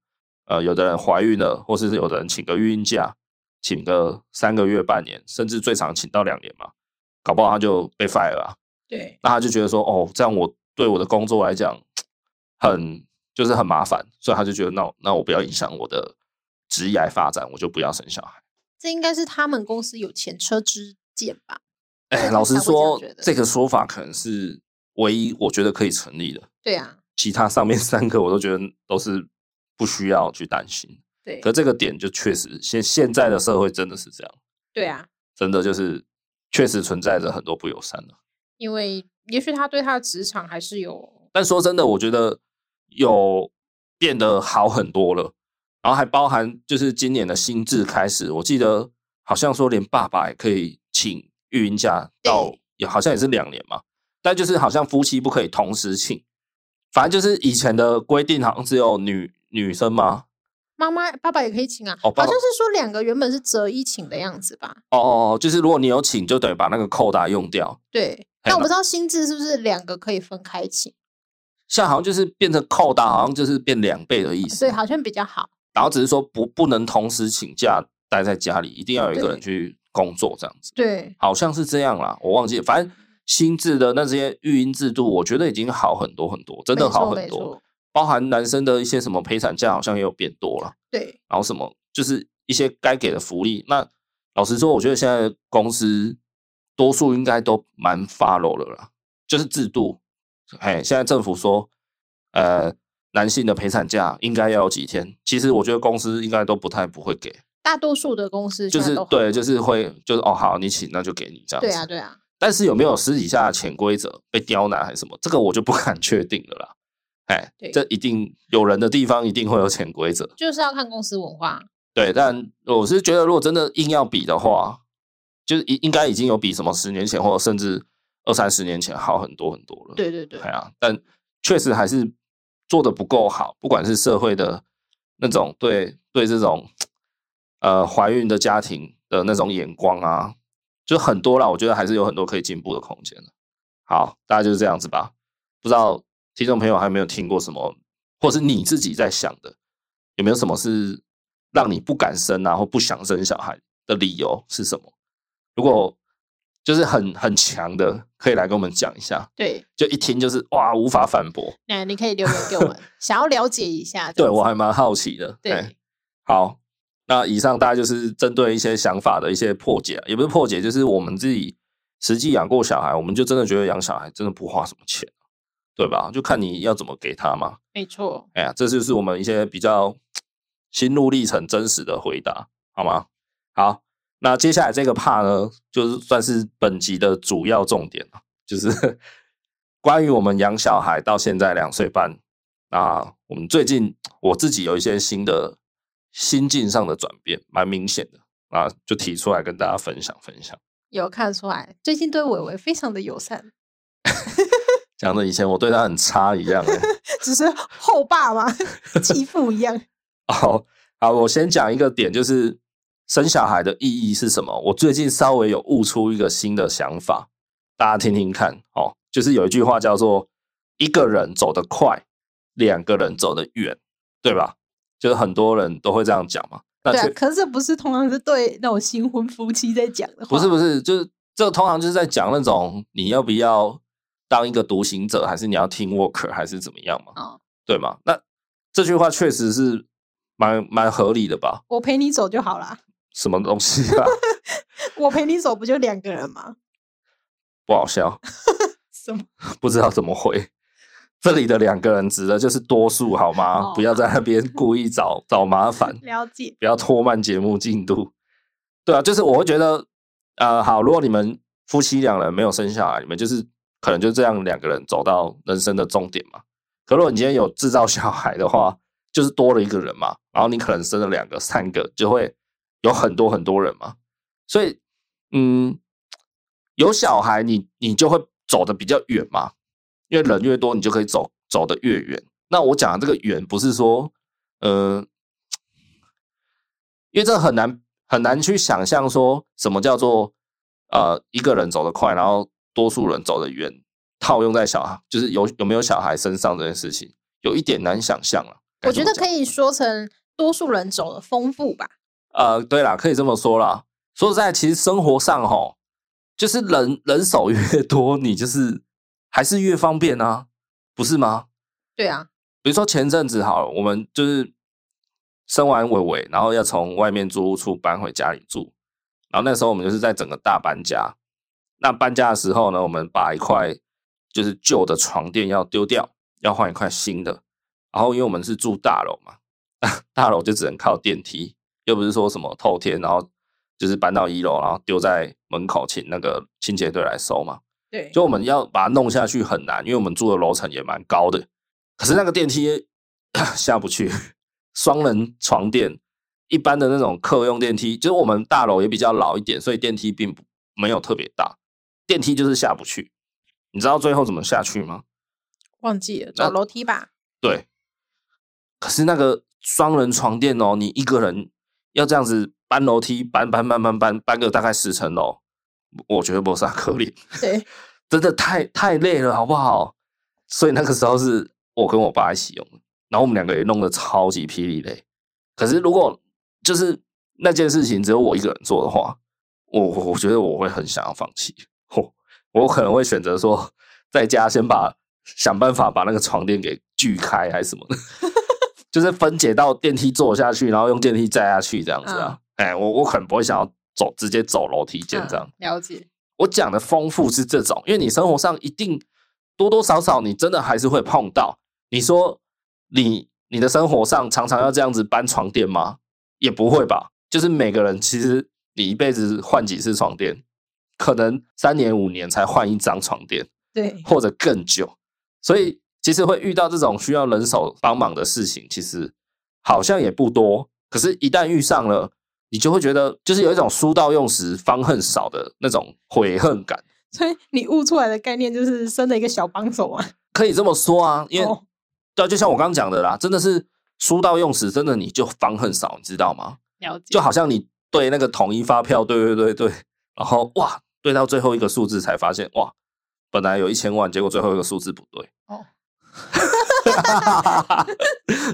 呃，有的人怀孕了，或是有的人请个孕假，请个三个月、半年，甚至最长请到两年嘛，搞不好他就被 fire 了啊、对那他就觉得说，哦，这样我对我的工作来讲很就是很麻烦，所以他就觉得，那我那我不要影响我的职业发展，我就不要生小孩。这应该是他们公司有前车之鉴吧？哎，对老嗯他实才会这样说觉，得这个说法可能是唯一我觉得可以成立的，对啊，其他上面 三个我都觉得都是不需要去担心。对可这个点就确实现现在的社会真的是这样，对啊，真的就是确实存在着很多不友善的。因为也许他对他的职场还是有但说真的，我觉得有变得好很多了，然后还包含就是今年的新制开始，我记得好像说连爸爸也可以请育婴假到对，也好像也是两年嘛，但就是好像夫妻不可以同时请，反正就是以前的规定好像只有女女生嘛，妈妈爸爸也可以请啊，哦爸爸好像是说两个原本是择一请的样子吧？哦哦哦，就是如果你有请，就等于把那个扣打用掉，对，嘿但我不知道薪资是不是两个可以分开请，现在好像就是变成扣打，好像就是变两倍的意思所以，好像比较好。然后只是说不不能同时请假待在家里，一定要有一个人去工作这样子，对，好像是这样啦，我忘记了，反正新制的那些育婴制度，我觉得已经好很多很多，真的没错好没很多，错包含男生的一些什么陪产假，好像也有变多了。对，然后什么就是一些该给的福利。那老实说，我觉得现在的公司多数应该都蛮 follow 了啦，就是制度。哎，现在政府说，呃，男性的陪产假应该要有几天？其实我觉得公司应该都不太不会给，大多数的公司就现在是都对，就是会就是哦，好，你请那就给你这样子。对啊，对啊，但是有没有私底下的潜规则被刁难还是什么，这个我就不 敢确定了啦。哎对，这一定有人的地方一定会有潜规则。就是要看公司文化。对，但我是觉得，如果真的硬要比的话，就是应应该已经有比什么十年前或者甚至二三十年前好很多很多了。，对对对，哎呀，但确实还是做的不够好，不管是社会的那种对对这种呃怀孕的家庭的那种眼光啊，就很多啦。我觉得还是有很多可以进步的空间的。好，大家就是这样子吧。不知道听众朋友还有没有听过什么，或是你自己在想的，有没有什么是让你不敢生啊，或不想生小孩的理由是什么？如果就是很很强的，可以来跟我们讲一下。对，就一听就是哇，无法反驳。那你可以留言给我们，想要了解一下。对我还蛮好奇的。哎对，好，那以上大家就是针对一些想法的一些破解，啊也不是破解，就是我们自己实际养过小孩，我们就真的觉得养小孩真的不花什么钱，对吧？就看你要怎么给他嘛。没错，哎呀，这就是我们一些比较心路历程真实的回答，好吗？好，那接下来这个 part 呢，就是算是本集的主要重点了，就是 关于我们养小孩到现在两岁半，那我们最近我自己有一些新的心境上的转变，蛮明显的，啊，就提出来跟大家分享分享。有看出来，最近对伟伟非常的友善，讲的以前我对他很差一样、欸，只是后 爸嘛，继父一样。好好，我先讲一个点，就是生小孩的意义是什么？我最近稍微有悟出一个新的想法，大家听听看哦。就是有一句话叫做“一个人走得快，两个人走得远”，对吧？就是很多人都会这样讲嘛。那对啊确，可是这不是通常是对那种新婚夫妻在讲的话，不是不是，就是这个通常就是在讲那种你要不要当一个独行者，还是你要听 worker，还是怎么样嘛？哦对吗？那这句话确实是蛮蛮合理的吧？我陪你走就好啦，什么东西啊？我陪你走不就两个人吗？不好笑，什么？不知道怎么回。这里的两个人指的就是多数，好吗？哦不要在那边故意找找麻烦，了解，不要拖慢节目进度。对啊，就是我会觉得，呃，好，如果你们夫妻两人没有生下来，你们就是可能就这样两个人走到人生的终点嘛。可如果你今天有制造小孩的话，就是多了一个人嘛，然后你可能生了两个、三个，就会有很多很多人嘛。所以，嗯，有小孩你你就会走的比较远嘛，因为人越多，你就可以走走的越远。那我讲的这个远，不是说，呃，因为这很难很难去想象说什么叫做呃一个人走得快，然后多数人走得远，套用在小孩就是有有没有小孩身上这件事情，有一点难想象啊了。该我怎觉么得讲可以说成多数人走的丰富吧。呃，对啦，可以这么说啦。说实在，其实生活上吼，就是人人手越多，你就是还是越方便啊，不是吗？对啊，比如说前阵子好了，我们就是生完伟伟，然后要从外面租屋处搬回家里住，然后那时候我们就是在整个大搬家。那搬家的时候呢，我们把一块就是旧的床垫要丢掉，要换一块新的。然后因为我们是住大楼嘛，大楼就只能靠电梯，又不是说什么透天，然后就是搬到一楼，然后丢在门口，请那个清洁队来收嘛。对，就我们要把它弄下去很难，因为我们住的楼层也蛮高的，可是那个电梯 下不去。双人床垫，一般的那种客用电梯，就是我们大楼也比较老一点，所以电梯并不没有特别大，电梯就是下不去。你知道最后怎么下去吗？忘记了走那楼梯吧。对，可是那个双人床垫哦，你一个人要这样子搬楼梯，搬搬搬搬搬搬个大概十层楼，我觉得不是很可怜。对，真的太太累了，好不好？所以那个时候是我跟我爸一起用的，然后我们两个也弄得超级霹雳累。可是如果就是那件事情只有我一个人做的话，我我觉得我会很想要放弃，我我可能会选择说在家先把想办法把那个床垫给锯开还是什么的，就是分解到电梯坐下去，然后用电梯载下去这样子啊。哎、我我可能不会想要走直接走楼梯间这样。嗯了解，我讲的丰富是这种，因为你生活上一定多多少少你真的还是会碰到。你说你你的生活上常常要这样子搬床垫吗？也不会吧。就是每个人其实你一辈子换几次床垫，可能三年五年才换一张床垫，对，或者更久。所以其实会遇到这种需要人手帮忙的事情，其实好像也不多。可是，一旦遇上了，你就会觉得就是有一种书到用时方恨少的那种悔恨感。所以你悟出来的概念就是生了一个小帮手啊。可以这么说啊，因为、哦对啊，就像我刚刚讲的啦，真的是书到用时，真的你就方恨少，你知道吗？了解，就好像你对那个统一发票，对对对对，然后哇，对到最后一个数字才发现，哇，本来有一千万，结果最后一个数字不对。哦，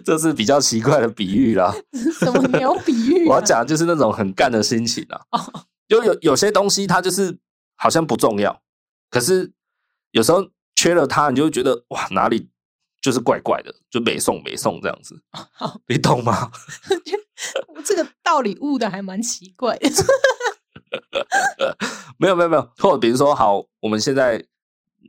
这是比较奇怪的比喻啦。 什么没有 比喻、啊？我要讲的就是那种很干的心情啊。就有有些东西它就是好像不重要，可是有时候缺了它，你就会觉得哇哪里就是怪怪的，就没送没送这样子，你懂吗？这个道理悟的还蛮奇怪的。 没有没有没有，或者比如说好，我们现在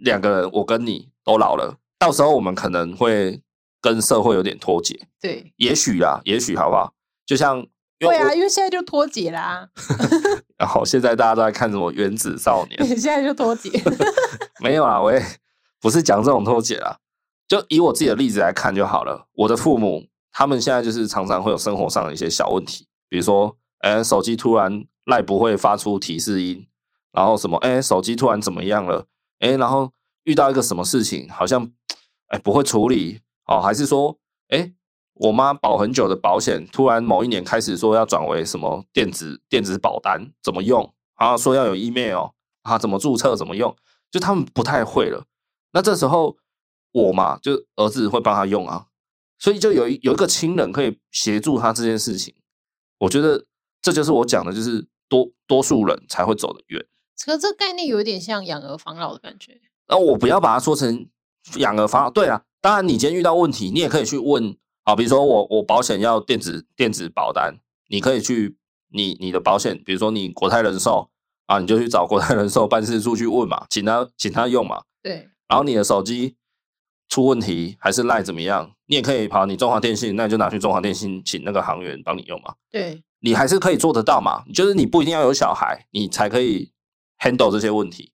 两个人，我跟你都老了，到时候我们可能会跟社会有点脱节，对，也许啦，也许好不好？就像因对为啊，我，因为现在就脱 节啦，然后现在大家都在看什么《原子少 年》，现在就 脱节。没有啊，我也不是讲这种脱节啦，就以我自己的例子来看就好了。我的父母他们现在就是常常会有生活上的一些小问题，比如说，哎，手机突然赖不会发出提示音，然后什么，哎，手机突然怎么样了，哎，然后遇到一个什么事情，好像哎不会处理哦，还是说，哎。我妈保很久的保险，突然某一年开始说要转为什么电子电子保单，怎么用啊？说要有 email 啊，怎么注册，怎么用？就他们不太会了。那这时候我嘛，就儿子会帮他用啊，所以就有一有一个亲人可以协助他这件事情。我觉得这就是我讲的，就是多多数人才会走得远。可这概念有点像养儿防老的感觉。那我不要把它说成养儿防老。对啊，当然你今天遇到问题，你也可以去问啊，比如说我我保险要电子电子保单，你可以去你你的保险，比如说你国泰人寿啊，你就去找国泰人寿办事处去问嘛，请他请他用嘛。对，然后你的手机出问题还是赖怎么样，你也可以跑你中华电信，那你就拿去中华电信请那个行员帮你用嘛，对，你还是可以做得到嘛。就是你不一定要有小孩，你才可以 handle 这些问题。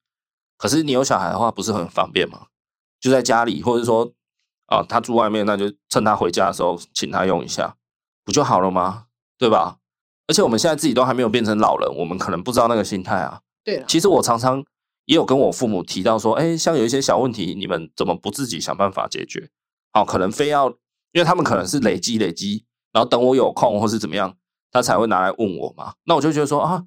可是你有小孩的话，不是很方便吗？就在家里，或者说啊，他住外面，那就趁他回家的时候请他用一下，不就好了吗？对吧？而且我们现在自己都还没有变成老人，我们可能不知道那个心态啊。对了，其实我常常也有跟我父母提到说，哎，像有一些小问题，你们怎么不自己想办法解决？好、可能非要，因为他们可能是累积累积，然后等我有空或是怎么样，他才会拿来问我嘛。那我就觉得说啊，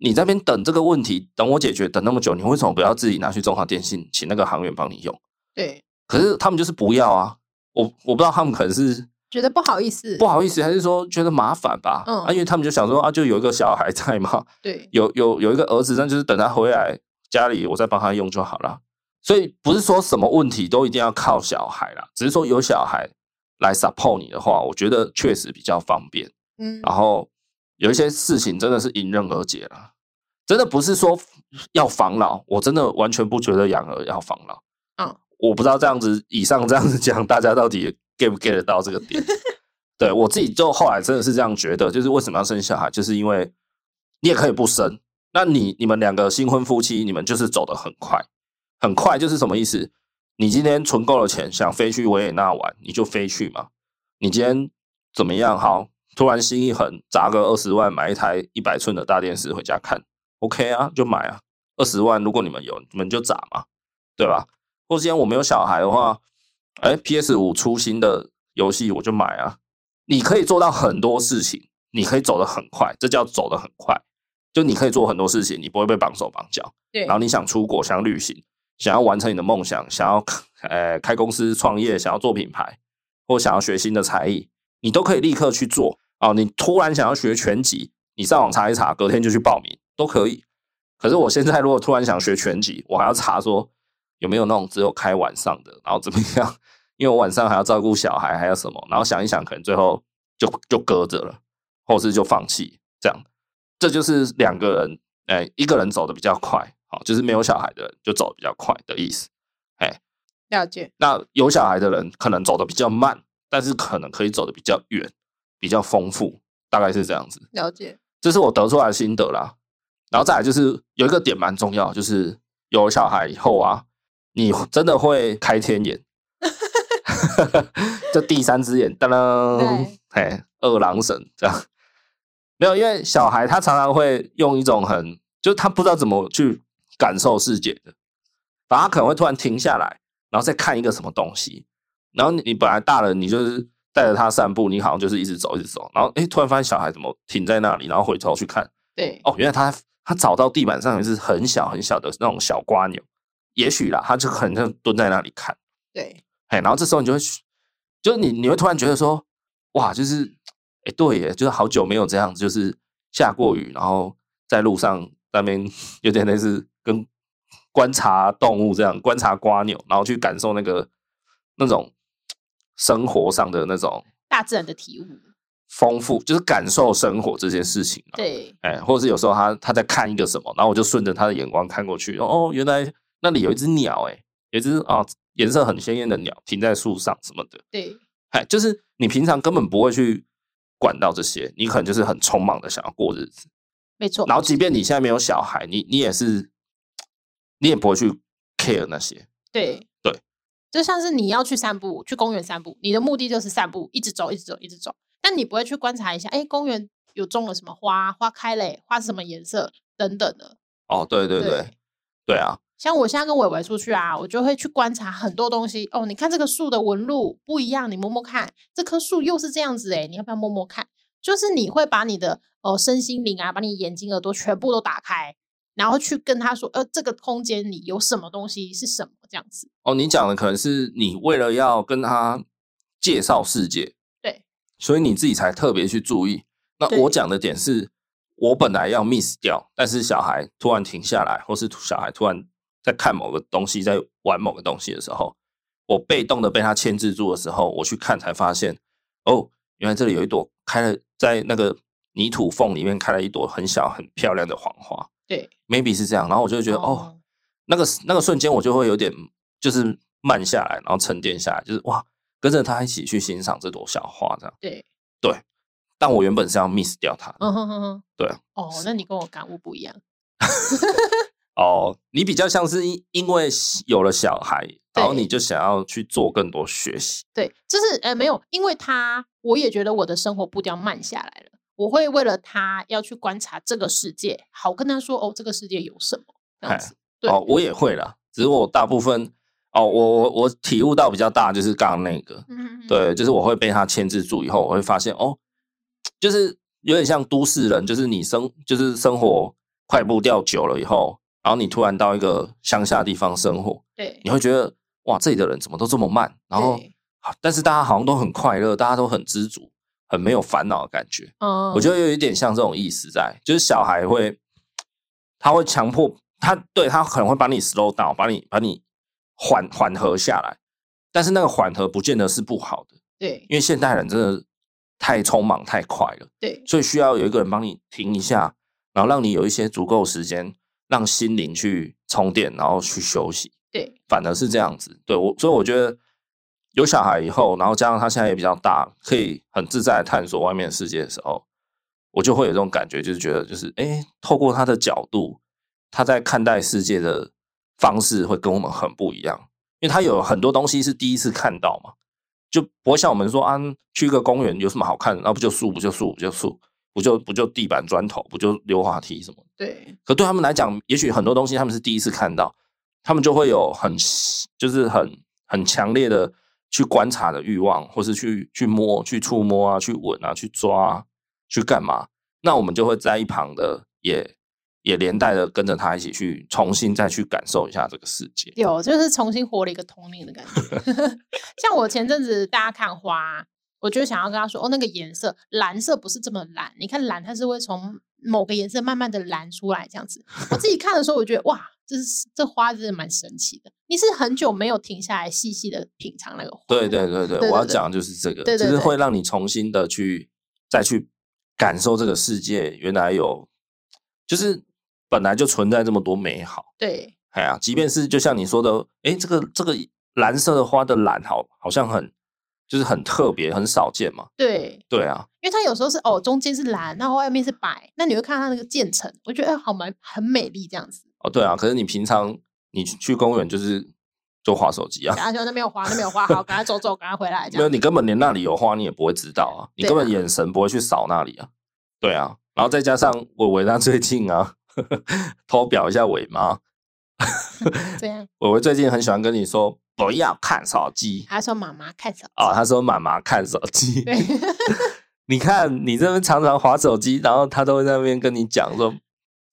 你在那边等这个问题，等我解决，等那么久，你为什么不要自己拿去中华电信请那个行员帮你用？对，可是他们就是不要啊，我我不知道他们可能是觉得不好意思，不好意思，还是说觉得麻烦吧？嗯啊，因为他们就想说啊，就有一个小孩在嘛，对，有有有一个儿子，那就是等他回来家里，我再帮他用就好了。所以不是说什么问题都一定要靠小孩啦，只是说有小孩来 support 你的话，我觉得确实比较方便。嗯，然后有一些事情真的是迎刃而解了，真的不是说要防老，我真的完全不觉得养儿要防老。嗯，我不知道这样子，以上这样子讲，大家到底 get 不 get 得到这个点？对我自己就后来真的是这样觉得，就是为什么要生小孩，就是因为你也可以不生。那你你们两个新婚夫妻，你们就是走得很快，很快就是什么意思？你今天存够了钱，想飞去维也纳玩，你就飞去嘛。你今天怎么样？好，突然心一横，砸个二十万买一台一百寸的大电视回家看，OK 啊，就买啊。二十万，如果你们有，你们就砸嘛，对吧？或者今天我没有小孩的话，哎，PS 五出新的游戏我就买啊。你可以做到很多事情，你可以走得很快，这叫走得很快。就你可以做很多事情，你不会被绑手绑脚。对然，后你想出国，想旅行，想要完成你的梦想，想要呃开公司创业，想要做品牌，或想要学新的才艺，你都可以立刻去做哦。你突然想要学拳击，你上网查一查，隔天就去报名都可以。可是我现在如果突然想学拳击，我还要查说有没有那种只有开晚上的，然后怎么样？ 因为我晚上还要照顾小孩，还有什么？然后想一想，可能最后就就搁着了，或是就放弃这样。这就是两个人，哎、一个人走的比较快，好，就是没有小孩的人就走的比较快的意思。了解，那有小孩的人可能走的比较慢，但是可能可以走的比较远，比较丰富，大概是这样子。了解，这是我得出来的心得啦。然后再来就是有一个点蛮重要，就是有小孩以后啊，你真的会开天眼，就第三只眼，当当对，哎，二郎神这样。没有，因为小孩他常常会用一种很，就是他不知道怎么去感受世界的，反而他可能会突然停下来，然后再看一个什么东西，然后你你本来大人你就是带着他散步，你好像就是一直走一直走，然后诶突然发现小孩怎么停在那里，然后回头去看，对，哦，原来他他找到地板上有一只很小很小的那种小瓜牛，也许啦，他就可能就蹲在那里看，对，哎，然后这时候你就会去，就是你你会突然觉得说，哇，就是哎对耶，就是好久没有这样，子，就是下过雨，然后在路上那边 有点类似跟观察动物这样，观察瓜牛，然后去感受那个那种生活上的那种大自然的体悟，丰富，就是感受生活这件事情啊。对，哎，或者是有时候他他在看一个什么，然后我就顺着他的眼光看过去，哦，原来那里有一只鸟，哎，有一只啊颜色很鲜艳的鸟停在树上什么的，对，哎，就是你平常根本不会去管到这些，你可能就是很匆忙的想要过日子，没错，然后即便你现在没有小孩，你你也是，你也不会去 care 那些，对对，就像是你要去散步，去公园散步，你的目的就是散步，一直走，一直走，一直走，但你不会去观察一下，哎，公园有种了什么花，花开嘞，花是什么颜色等等的。哦，对对对，对对啊，像我现在跟伟伟出去啊，我就会去观察很多东西哦。你看这个树的纹路不一样，你摸摸看，这棵树又是这样子诶，你要不要摸摸看？就是你会把你的呃身心灵啊，把你眼睛、耳朵全部都打开，然后去跟他说，呃，这个空间里有什么东西是什么这样子。哦，你讲的可能是你为了要跟他介绍世界，对，所以你自己才特别去注意。那我对讲的点是，我本来要 miss 掉，但是小孩突然停下来，或是小孩突然在看某个东西，在玩某个东西的时候，我被动的被他牵制住的时候，我去看才发现，哦，原来这里有一朵开了在那个泥土缝里面开了一朵很小很漂亮的黄花对， ，maybe 是这样。然后我就觉得，哦哦，那个那个瞬间，我就会有点就是慢下来，然后沉淀下来，就是哇，跟着他一起去欣赏这朵小花这样。对，对，但我原本是要 miss 掉它的。嗯哼哼哼，对啊。哦，那你跟我感悟不一样。哦，你比较像是因因为有了小孩，然后对你就想要去做更多学习。对，就是呃，嗯没有，因为他，我也觉得我的生活步调慢下来了。我会为了他要去观察这个世界，好跟他说哦，这个世界有什么这哎样子。对哦，我也会啦，只是我大部分哦，我我我体悟到比较大就是刚刚那个，嗯，对，就是我会被他牵制住以后，我会发现哦，就是有点像都市人，就是你生就是生活快步调久了以后，然后你突然到一个乡下地方生活，对你会觉得哇，这里的人怎么都这么慢，然后对好但是大家好像都很快乐，大家都很知足，很没有烦恼的感觉。嗯，我觉得有一点像这种意思在，就是小孩会，他会强迫他，对他可能会把你 slow down，把你把你缓缓和下来，但是那个缓和不见得是不好的。对因为现代人真的太匆忙太快了，对所以需要有一个人帮你停一下，然后让你有一些足够时间让心灵去充电，然后去休息，对反而是这样子。对我，所以我觉得有小孩以后，然后加上他现在也比较大，可以很自在地探索外面的世界的时候，我就会有这种感觉，就是觉得就是诶，透过他的角度，他在看待世界的方式会跟我们很不一样。因为他有很多东西是第一次看到嘛，就不会像我们说啊，去一个公园有什么好看的？那不就树，不就树，不就树，不就不就地板砖头，不就溜滑梯什么的？对可对他们来讲，也许很多东西他们是第一次看到，他们就会有很就是很很强烈的去观察的欲望，或是去去摸、去触摸啊、去吻啊、去抓啊、去干嘛？那我们就会在一旁的也也连带的跟着他一起去重新再去感受一下这个世界。 有，就是重新活了一个童年的感觉。像我前阵子大家看花，啊我就想要跟他说，哦，那个颜色蓝色不是这么蓝，你看蓝它是会从某个颜色慢慢的蓝出来这样子。我自己看的时候，我觉得哇，这是这花真的蛮神奇的。你是很久没有停下来细细的品尝那个花，对对对对对，我要对讲的就是这个，对对就是对会让你重新的去再去感受这个世界，原来有，就是本来就存在这么多美好。对哎呀，即便是就像你说的，哎，这个这个蓝色的花的蓝好，好像很就是很特别，很少见嘛。对，对啊，因为它有时候是哦中间是蓝，然后外面是白，那你会看它那个渐层，我觉得哎好蛮很美丽这样子。 哦对啊，可是你平常你去去公园就是就划手机啊，然后就那边有花，那边有花，好，赶快走走，赶快回来这没有样。你根本连那里有花你也不会知道啊，你对根本啊眼神不会去扫那里啊。对啊，然后再加上伟伟他最近啊， 偷表一下伟妈，这样，伟伟最近很喜欢跟你说不要看手机他说妈妈看什么？啊、他说妈妈看手机。对你看你这边常常划手机，然后他都会在那边跟你讲说，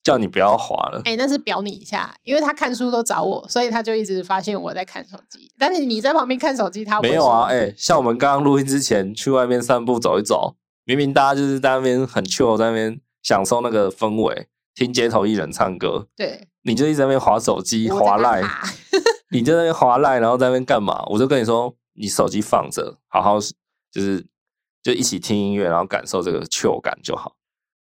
叫你不要划了。哎、那是表你一下，因为他看书都找我，所以他就一直发现我在看手机。但是你在旁边看手机，他不会没有啊，说哎、像我们刚刚录音之前去外面散步走一走，明明大家就是在那边很 chill，在那边享受那个氛围，听街头艺人唱歌，对，你就一直在那边划手机、我在划干赖，嘛你就在那边划赖，然后在那边干嘛？我就跟你说，你手机放着，好好就是就一起听音乐，然后感受这个 chill 感就好。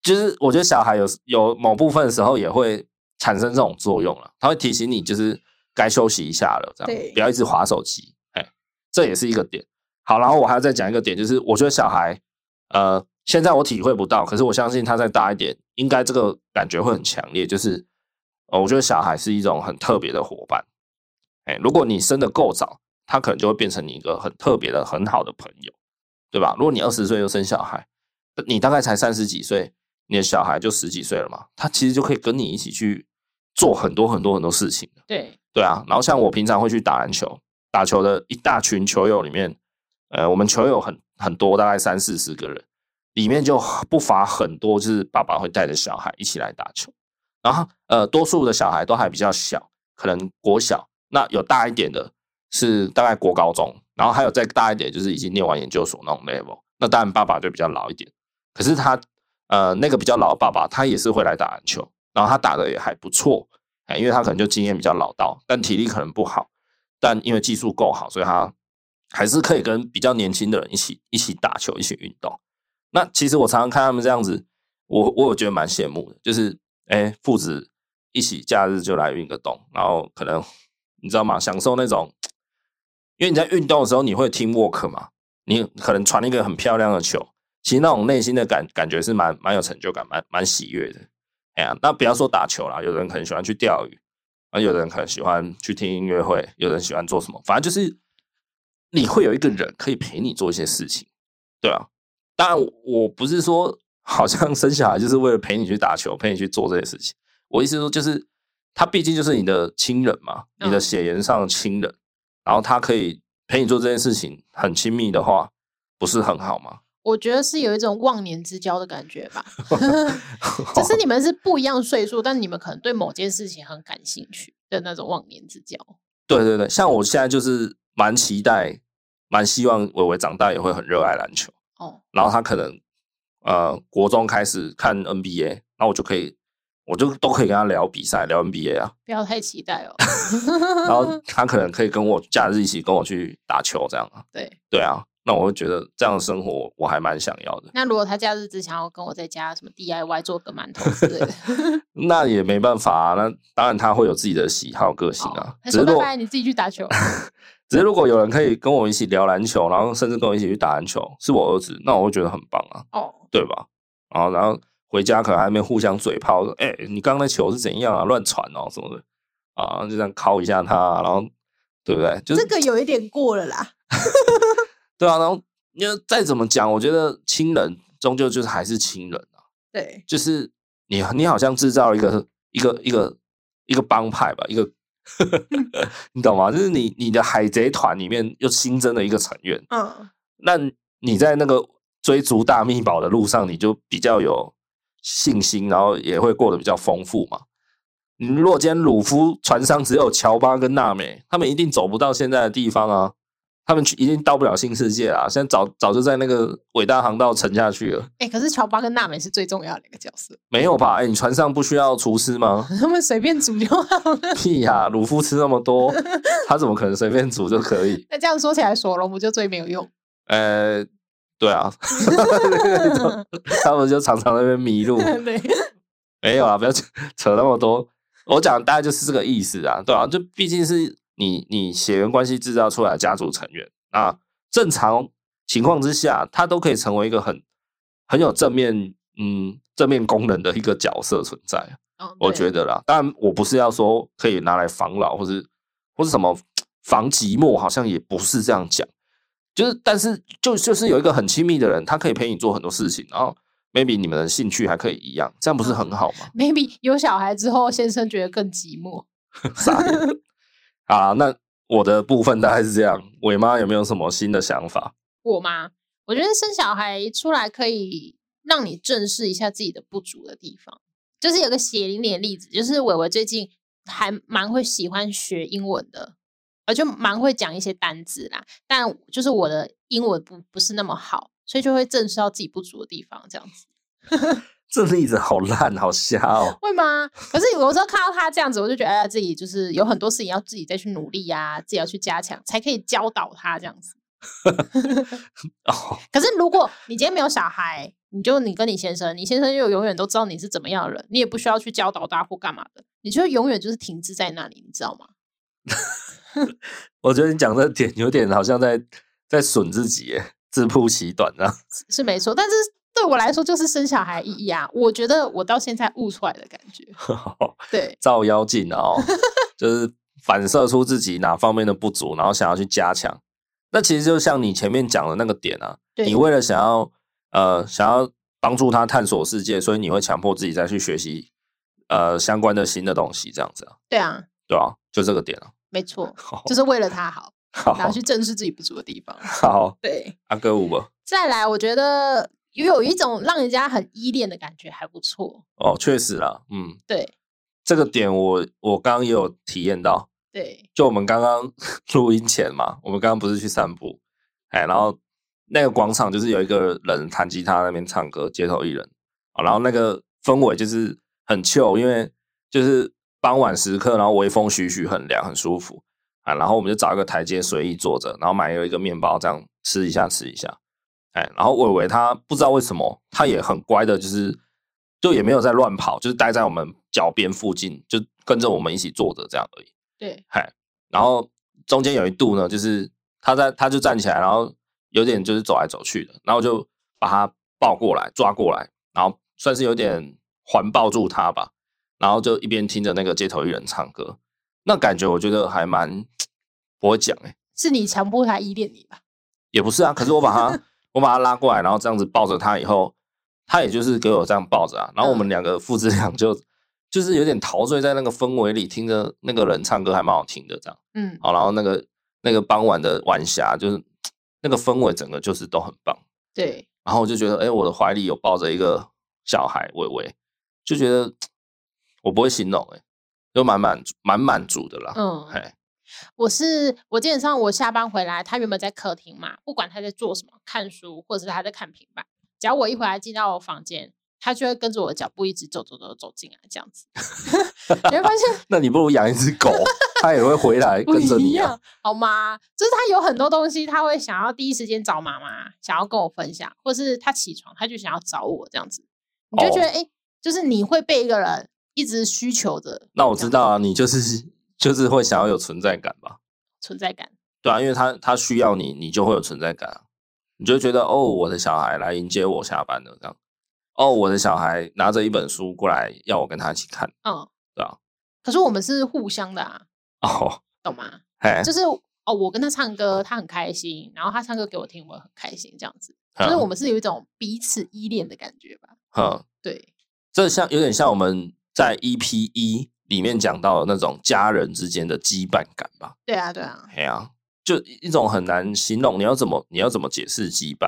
就是我觉得小孩有有某部分时候也会产生这种作用了，他会提醒你就是该休息一下了，这对样不要一直划手机，哎，这也是一个点。好，然后我还要再讲一个点，就是我觉得小孩，呃，现在我体会不到，可是我相信他再大一点，应该这个感觉会很强烈。就是，呃，我觉得小孩是一种很特别的伙伴，哎，如果你生的够早，他可能就会变成你一个很特别的、很好的朋友，对吧？如果你二十岁就生小孩，你大概才三十几岁，你的小孩就十几岁了嘛，他其实就可以跟你一起去做很多很多很多事情。对对啊，然后像我平常会去打篮球，打球的一大群球友里面，呃，我们球友很很多，大概三四十个人，里面就不乏很多就是爸爸会带着小孩一起来打球，然后呃，多数的小孩都还比较小，可能国小，那有大一点的是大概国高中，然后还有再大一点就是已经念完研究所那种 level，那当然爸爸就比较老一点，可是他呃那个比较老的爸爸，他也是会来打篮球，然后他打的也还不错，哎，因为他可能就经验比较老道，但体力可能不好，但因为技术够好，所以他还是可以跟比较年轻的人一起一起打球，一起运动。那其实我常常看他们这样子，我我有觉得蛮羡慕的，就是哎父子一起假日就来运个动，然后可能你知道吗，享受那种，因为你在运动的时候你会听 work 嘛，你可能传一个很漂亮的球，其实那种内心的感感觉是蛮蛮有成就感，蛮蛮喜悦的。哎呀，那不要说打球啦，有人可能喜欢去钓鱼，啊，有人可能喜欢去听音乐会，有人喜欢做什么，反正就是你会有一个人可以陪你做一些事情，对啊。当然，我不是说 好像生小孩就是为了陪你去打球，陪你去做这些事情。我意思说，就是他毕竟就是你的亲人嘛，嗯你的血缘上的亲人，然后他可以陪你做这件事情，很亲密的话，不是很好吗？我觉得是有一种忘年之交的感 觉吧。 只是你们是不一样岁数，但你们可能对某件事情很感兴趣的那种忘年之交。对对对，像我现在就是蛮期待，蛮希望伟伟长大也会很热爱篮球，哦，然后他可能呃国中开始看 NBA，那我就可以，我就都可以跟他聊比赛，聊 NBA 啊，不要太期待哦。然后他可能可以跟我假日一起跟我去打球这样啊，对，对啊，那我会觉得这样的生活我还蛮想要的，那如果他假日只想要跟我在家什么 DIY 做个馒头之类 的，那也没办法啊，那当然他会有自己的喜好个性啊哦，他只说是拜如果拜，你自己去打球。只是如果有人可以跟我一起聊篮球，然后甚至跟我一起去打篮球，是我儿子，那我会觉得很棒啊。哦，对吧？然后然后回家可能还没互相嘴炮，说：“哎、你刚刚那球是怎样啊？乱传哦什么的啊，就这样敲一下他啊，然后对不对？就是、这个有一点过了啦。对啊，然后因为再怎么讲，我觉得亲人终究就是还是亲人啊，对，就是你你好像制造了一个一个一个一个帮派吧，一个 你懂吗？就是你你的海贼团里面又新增了一个成员，嗯，那你在那个追逐大秘宝的路上，你就比较有信心，然后也会过得比较丰富嘛。嗯你如果今天鲁夫船上只有乔巴跟娜美，他们一定走不到现在的地方啊，他们去已经到不了新世界啦，现在早早就在那个伟大航道沉下去了。哎、可是乔巴跟娜美是最重要的一个角色， 没有吧？哎、你船上不需要厨师吗？ 他们随便煮就好 了。屁呀、鲁夫吃那么多，他怎么可能随便煮就可以？那这样说起来，索隆不就最没有用？呃，对啊， 他们就常常在那边迷 路。对，没有啊，不要 扯扯那么多。我讲大概就是这个意思啊，对啊，就毕竟是你你血缘关系制造出来的家族成员啊，正常情况之下，他都可以成为一个很很有正面嗯正面功能的一个角色存在，哦我对觉得啦。当然，我不是要说可以拿来防老或是或是什么防寂寞，好像也不是这样讲。就是，但是就就是有一个很亲密的人，他可以陪你做很多事情，然后 maybe 你们的兴趣还可以一样，这样不是很好吗？ maybe 有小孩之后，先生觉得更寂寞。傻眼啊！那我的部分大概是这样。伟妈有没有什么新的想法？我吗？我觉得生小孩出来可以让你正视一下自己的不足的地方。就是有个血淋淋的例子，就是伟伟最近还蛮会喜欢学英文的，呃，就蛮会讲一些单字啦。但就是我的英文不不是那么好，所以就会正视到自己不足的地方，这样子这例子好烂，好瞎哦！会吗？可是有时候看到他这样子，我就觉得哎呀，自己就是有很多事情要自己再去努力呀、自己要去加强，才可以教导他这样子。哦，可是如果你今天没有小孩，你就你跟你先生，你先生就永远都知道你是怎么样的人，你也不需要去教导他或干嘛的，你就永远就是停滞在那里，你知道吗？ 我觉得你讲这点有点好像在在损自己耶，自曝其短啊。是是没错，但是对我来说就是生小孩意义啊，我觉得我到现在悟出来的感觉，对照妖镜啊哦，就是反射出自己哪方面的不足，然后想要去加强。那其实就像你前面讲的那个点啊，对，你为了想要呃想要帮助他探索世界，所以你会强迫自己再去学习呃相关的新的东西，这样子啊，对啊，对啊，就这个点啊。没错，好，就是为了他好，好然后去正视自己不足的地方，好，对。阿哥五吧。再来，我觉得有一种让人家很依恋的感觉，还不错。哦，确实啦，嗯，对这个点我我刚刚也有体验到，对，就我们刚刚 录音前嘛，我们刚刚不是去散步，哎，然后那个广场就是有一个人弹吉他在那边唱歌，街头艺人，啊然后那个氛围就是很 chill，因为就是傍晚时刻，然后微风徐徐，很凉，很舒服啊。然后我们就找一个台阶随意坐着，然后买了一个面包，这样吃一下吃一下，哎，然后伟伟他不知道为什么，他也很乖的，就是就也没有在乱跑，就是待在我们脚边附近，就跟着我们一起坐着这样而已。对，嗨，然后中间有一度呢，就是他在他就站起来，然后有点就是走来走去的，然后就把他抱过来抓过来，然后算是有点环抱住他吧，然后就一边听着那个街头艺人唱歌，那感觉我觉得还蛮不会讲哎、是你强迫他依恋你吧？也不是啊，可是我把他我把他拉过来，然后这样子抱着他以后，他也就是给我这样抱着啊，然后我们两个父子俩就就是有点陶醉在那个氛围里，听着那个人唱歌还蛮好听的这样。嗯，好，然后那个那个傍晚的晚霞，就是那个氛围，整个就是都很棒。对，然后我就觉得，哎、我的怀里有抱着一个小孩微微，就觉得我不会形容、哎，就蛮满足蛮满足的啦。嗯，哎、我是我基本上我下班回来，他原本在客厅嘛，不管他在做什么，看书或者是他在看平板，只要我一回来进到我房间，他就会跟着我的脚步一直走走走走进来，这样子， 你会发现那你不如养一只狗，它也会回来 不跟着一你啊。样，好吗？就是他有很多东西，他会想要第一时间找妈妈，想要跟我分享，或是他起床他就想要找我这样子，你就哦觉得哎、诶就是你会被一个人一直需求着，那我知道啊，你就是就是会想要有存在感吧？存在感，对啊，因为他他需要你，你就会有存在感啊。你就会觉得哦，我的小孩来迎接我下班了，这样。哦，我的小孩拿着一本书过来，要我跟他一起看。嗯，对啊。可是我们是互相的啊，哦，懂吗？嘿，就是哦，我跟他唱歌，他很开心，然后他唱歌给我听，我也很开心，这样子，就是我们是有一种彼此依恋的感觉吧？嗯，嗯，对，这像有点像我们在 EP 一里面讲到的那种家人之间的羁绊感吧？对啊，对啊，嘿啊，就一种很难形容，你要怎么你要怎么解释羁绊？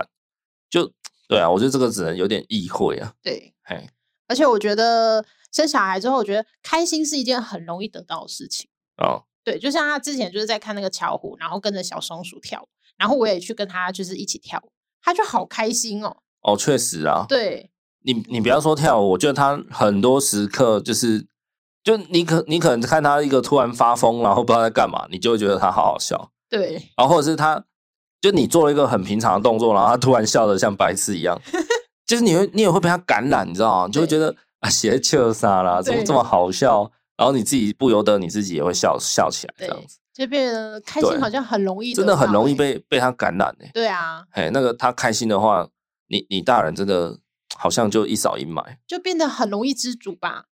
就对啊，我觉得这个只能有点意会啊。对，嘿，而且我觉得生小孩之后，我觉得开心是一件很容易得到的事情。哦，对，就像他之前就是在看那个巧虎，然后跟着小松鼠跳，然然后我也去跟他就是一起跳舞，他就好开心哦。哦，确实啊，对，你你不要说跳舞，我觉得他很多时刻就是，就你可你可能看他一个突然发疯，然后不知道在干嘛，你就会觉得他好好笑，对，然后或者是他就你做了一个很平常的动作，然后他突然笑得像白痴一 样，就是你会你也会被他感染，你知道吗？你就会觉得啊，邪气啥啦，怎么对这么好笑？然后你自己不由得你自己也会笑笑起来，这对样子就变得开心对好像很容易，欸真的很容易。被被他感染诶、对啊，哎，那个他开心的话，你你大人真的好像就一扫一霾，就变得很容易知足吧。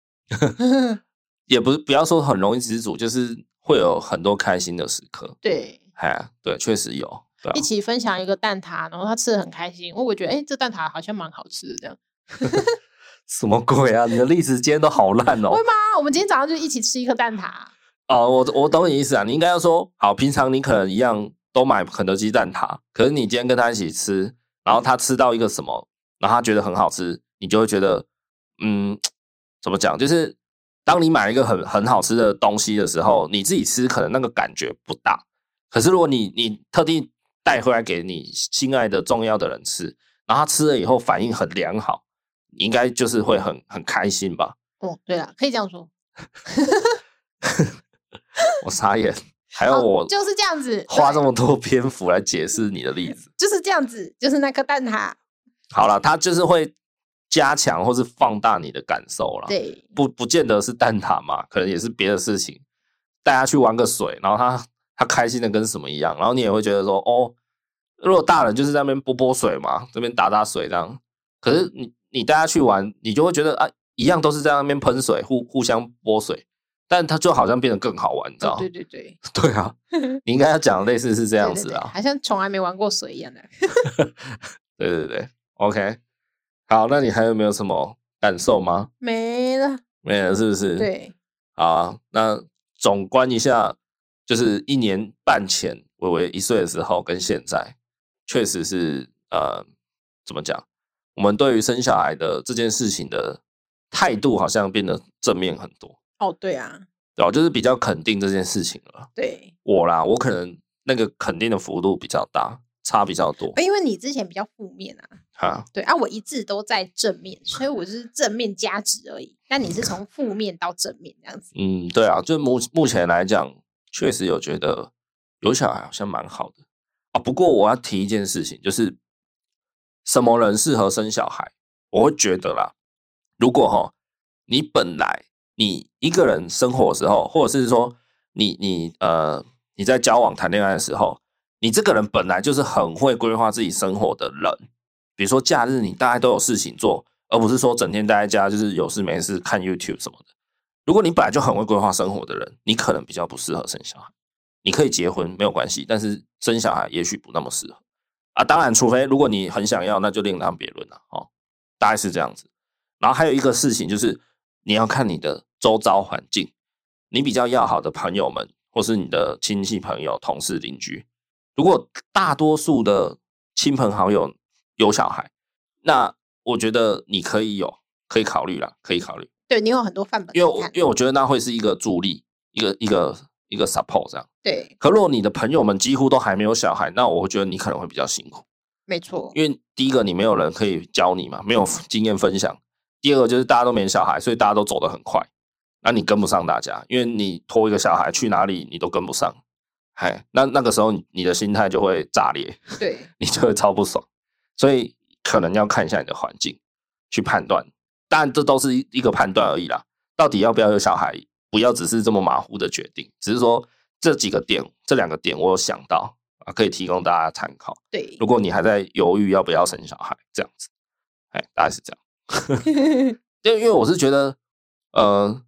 也不是不要说很容易知足，就是会有很多开心的时刻。对，哎，对，确实有，对、一啊，起分享一个蛋挞，然后他吃的很开心，我我觉得哎、诶这蛋挞好像蛮好吃的这样。什么鬼啊？你的例子今天都好烂哦会。吗？啊我们今天早上就一起吃一颗蛋挞。哦，我我懂你意思啊，你应该要说，好，平常你可能一样都买肯德基蛋挞，可是你今天跟他一起吃，然后他吃到一个什么，然后他觉得很好吃，你就会觉得，嗯，怎么讲？就是当你买一个很很好吃的东西的时候，你自己吃可能那个感觉不大，可是如果你你特地带回来给你心爱的重要的人吃，然后他吃了以后反应很良好，你应该就是会很很开心吧？哦，对了，可以这样说，我傻眼，还有哦我、就是这样子，花对这么多篇幅来解释你的例子。就是这样子，就是那颗蛋挞。好了，它就是会加强或是放大你的感受了。，对，不不见得是蛋挞嘛，可能也是别的事情。带他去玩个水，然后他他开心的跟什么一样，然后你也会觉得说，哦，如果大人就是在那边泼泼水嘛，这边打打水这样。可是你你带他去玩，你就会觉得啊，一样都是在那边喷水，互互相泼水，但他就好像变得更好玩，你知道哦吗？对对对， 对啊，你应该要讲类似是这这样子啊。好像从来没玩过水一样的。对对对，OK。好，那你还有没有什么感受吗？没了，没有，是不是？。对，好啊，那总观一下，就是一年半前，微微一岁的时候跟现在，确实是呃，怎么讲？我们对于生小孩的这件事情的态度，好像变得正面很多，哦，对啊，对吧、就是比较肯定这件事情了。对，我啦，我可能那个肯定的幅度比较大，差比较多。因为你之前比较负面啊，哈，对啊，我一直都在正面，所以我是正面加值而已。那你是从负面到正面这样子，嗯，对啊，就目目前来讲，确实有觉得有小孩好像蛮好的啊。不过我要提一件事情，就是什么人适合生小孩？我会觉得啦，如果哈，你本来你一个人生活的时候，或者是说你你呃你在交往谈恋爱的时候，你这个人本来就是很会规划自己生活的人，比如说假日你大概都有事情做，而不是说整天待在家就是有事没事看 YouTube 什么的。如果你本来就很会规划生活的人，你可能比较不适合生小孩。你可以结婚没有关系，但是生小孩也许不那么适合啊。当然，除非如果你很想要，那就另当别论了哦。大概是这样子。然后还有一个事情就是，你要看你的周遭环境，你比较要好的朋友们，或是你的亲戚朋友、同事、邻居。如果大多数的亲朋好友有小孩，那我觉得你可以有，可以考虑啦，可以考虑。对你有很多范本因为我可以看，因为我觉得那会是一个助力，一个一个一个 support 这样。对，可如果你的朋友们几乎都还没有小孩，那我觉得你可能会比较辛苦，没错，因为第一个你没有人可以教你嘛，没有经验分享；第二个就是大家都没小孩，所以大家都走得很快，那你跟不上大家，因为你拖一个小孩去哪里你都跟不上，哎，那那个时候你你的心态就会炸裂，对，你就会超不爽。所以可能要看一下你的环境去判断，当然这都是一一个判断而已啦。到底要不要有小孩，不要只是这么马虎的决定，只是说这几个点，这两个点我有想到啊，可以提供大家参考。对如，果你还在犹豫要不要生小孩，这样子，哎，大概是这样。因为因为我是觉得，呃，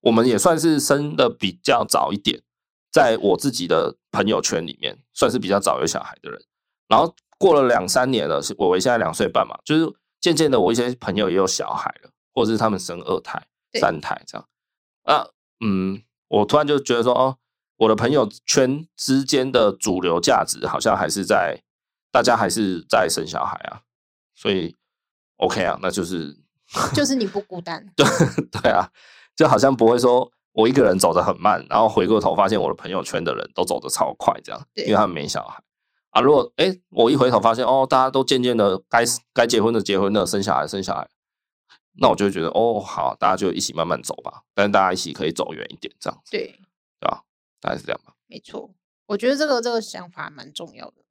我们也算是生的比较早一点，在我自己的朋友圈里面，算是比较早有小孩的人。然后过了两三年了，是我我现在两岁半嘛，就是渐渐的，我一些朋友也有小孩了，或者是他们生二胎、对三胎这样。啊，嗯，我突然就觉得说，哦，我的朋友圈之间的主流价值好像还是在大家还是在生小孩啊，所以 OK 啊，那就是就是你不孤单， 对啊，就好像不会说我一个人走得很慢，然后回过头发现我的朋友圈的人都走得超快，这样，对因为他们没小孩啊，如果哎，我一回头发现哦，大家都渐渐的该该结婚的结婚了，生小孩生小孩，那我就会觉得哦，好，大家就一起慢慢走吧，但是大家一起可以走远一点，这样对，对吧？大概是这样吧。没错，我觉得这个这个想法蛮重要的。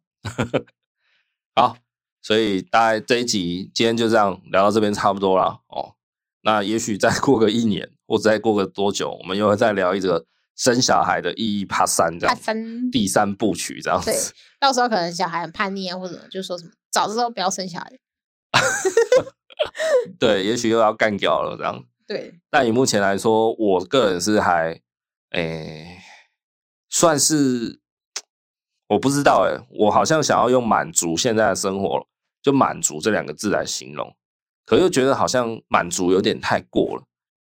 好，所以大概这一集今天就这样聊到这边差不多了哦。那也许再过个一年，或者再过个多久，我们又会再聊一个生小孩的意义 Part 三这样怕子，三，啊第三部曲这样子对。，到时候可能小孩很叛逆啊，或者什么就说什么早知道不要生小孩。 对，也许又要干掉了这样。对，但以目前来说，我个人是还，诶、算是我不知道诶、我好像想要用满足现在的生活，就满足这两个字来形容，可又觉得好像满足有点太过了，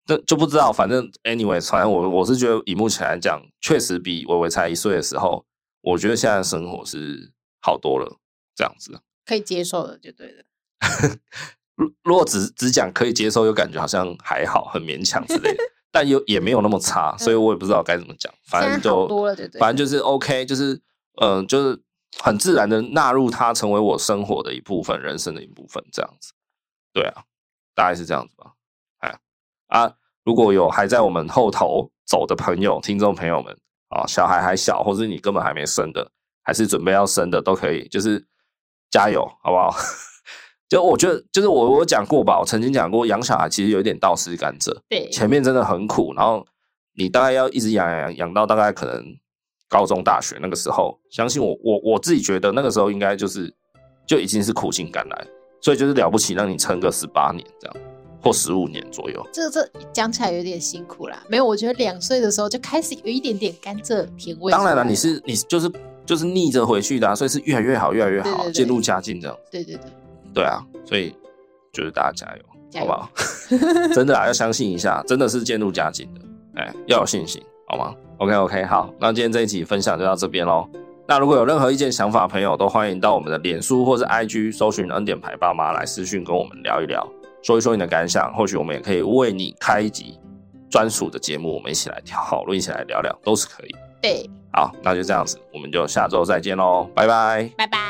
这就不知道。反正 anyway，s 反正我我是觉得以目前来讲，确实比伟伟才一岁的时候，我觉得现在的生活是好多了，这样子。可以接受的就对了。如如果只只讲可以接受，又感觉好像还好，很勉强之 类的，但又也没有那么差，所以我也不知道该怎么讲。反正现在好就多了，对不对？反正就是 OK，就是嗯、呃就是很自然的纳入它，成为我生活的一部分，人生的一部分，这样子。对啊，大概是这样子吧。哎啊，如果有还在我们后头走的朋友、听众朋友们啊，小孩还小，或是你根本还没生的，还是准备要生的，都可以，就是加油，好不好？ 就我觉得，就是我我有讲过吧，我曾经讲过，养小孩其实有一点倒吃甘蔗，对，前面真的很苦，然后你大概要一直养养养养到大概可能高中大学那个时候，相信我，我我自己觉得那个时候应该就是就已经是苦尽甘来，所以就是了不起让你撑个十八年这样或十五年左右。这这讲起来有点辛苦啦。没有，我觉得两岁的时候就开始有一点点甘蔗甜味出来。当然了，你是你就是就是逆着回去的、啊，所以是越来越好，越来越对好，啊对对渐入佳境这样。对对对，对啊，所以就是大家加油，加好油不好？ 真的啊，要相信一下，真的是渐入佳境的，哎，要有信心，好吗？OK OK，好，那今天这一集分享就到这边喽。那如果有任何意见、想法，朋友都欢迎到我们的脸书或是 IG 搜寻“恩典牌爸妈”来私讯跟我们聊一聊，说一说你的感想，或许我们也可以为你开一集专属的节目，我们一起来讨论，一起来聊聊，都是可以。对，好，那就这样子，我们就下周再见喽，拜拜。拜拜。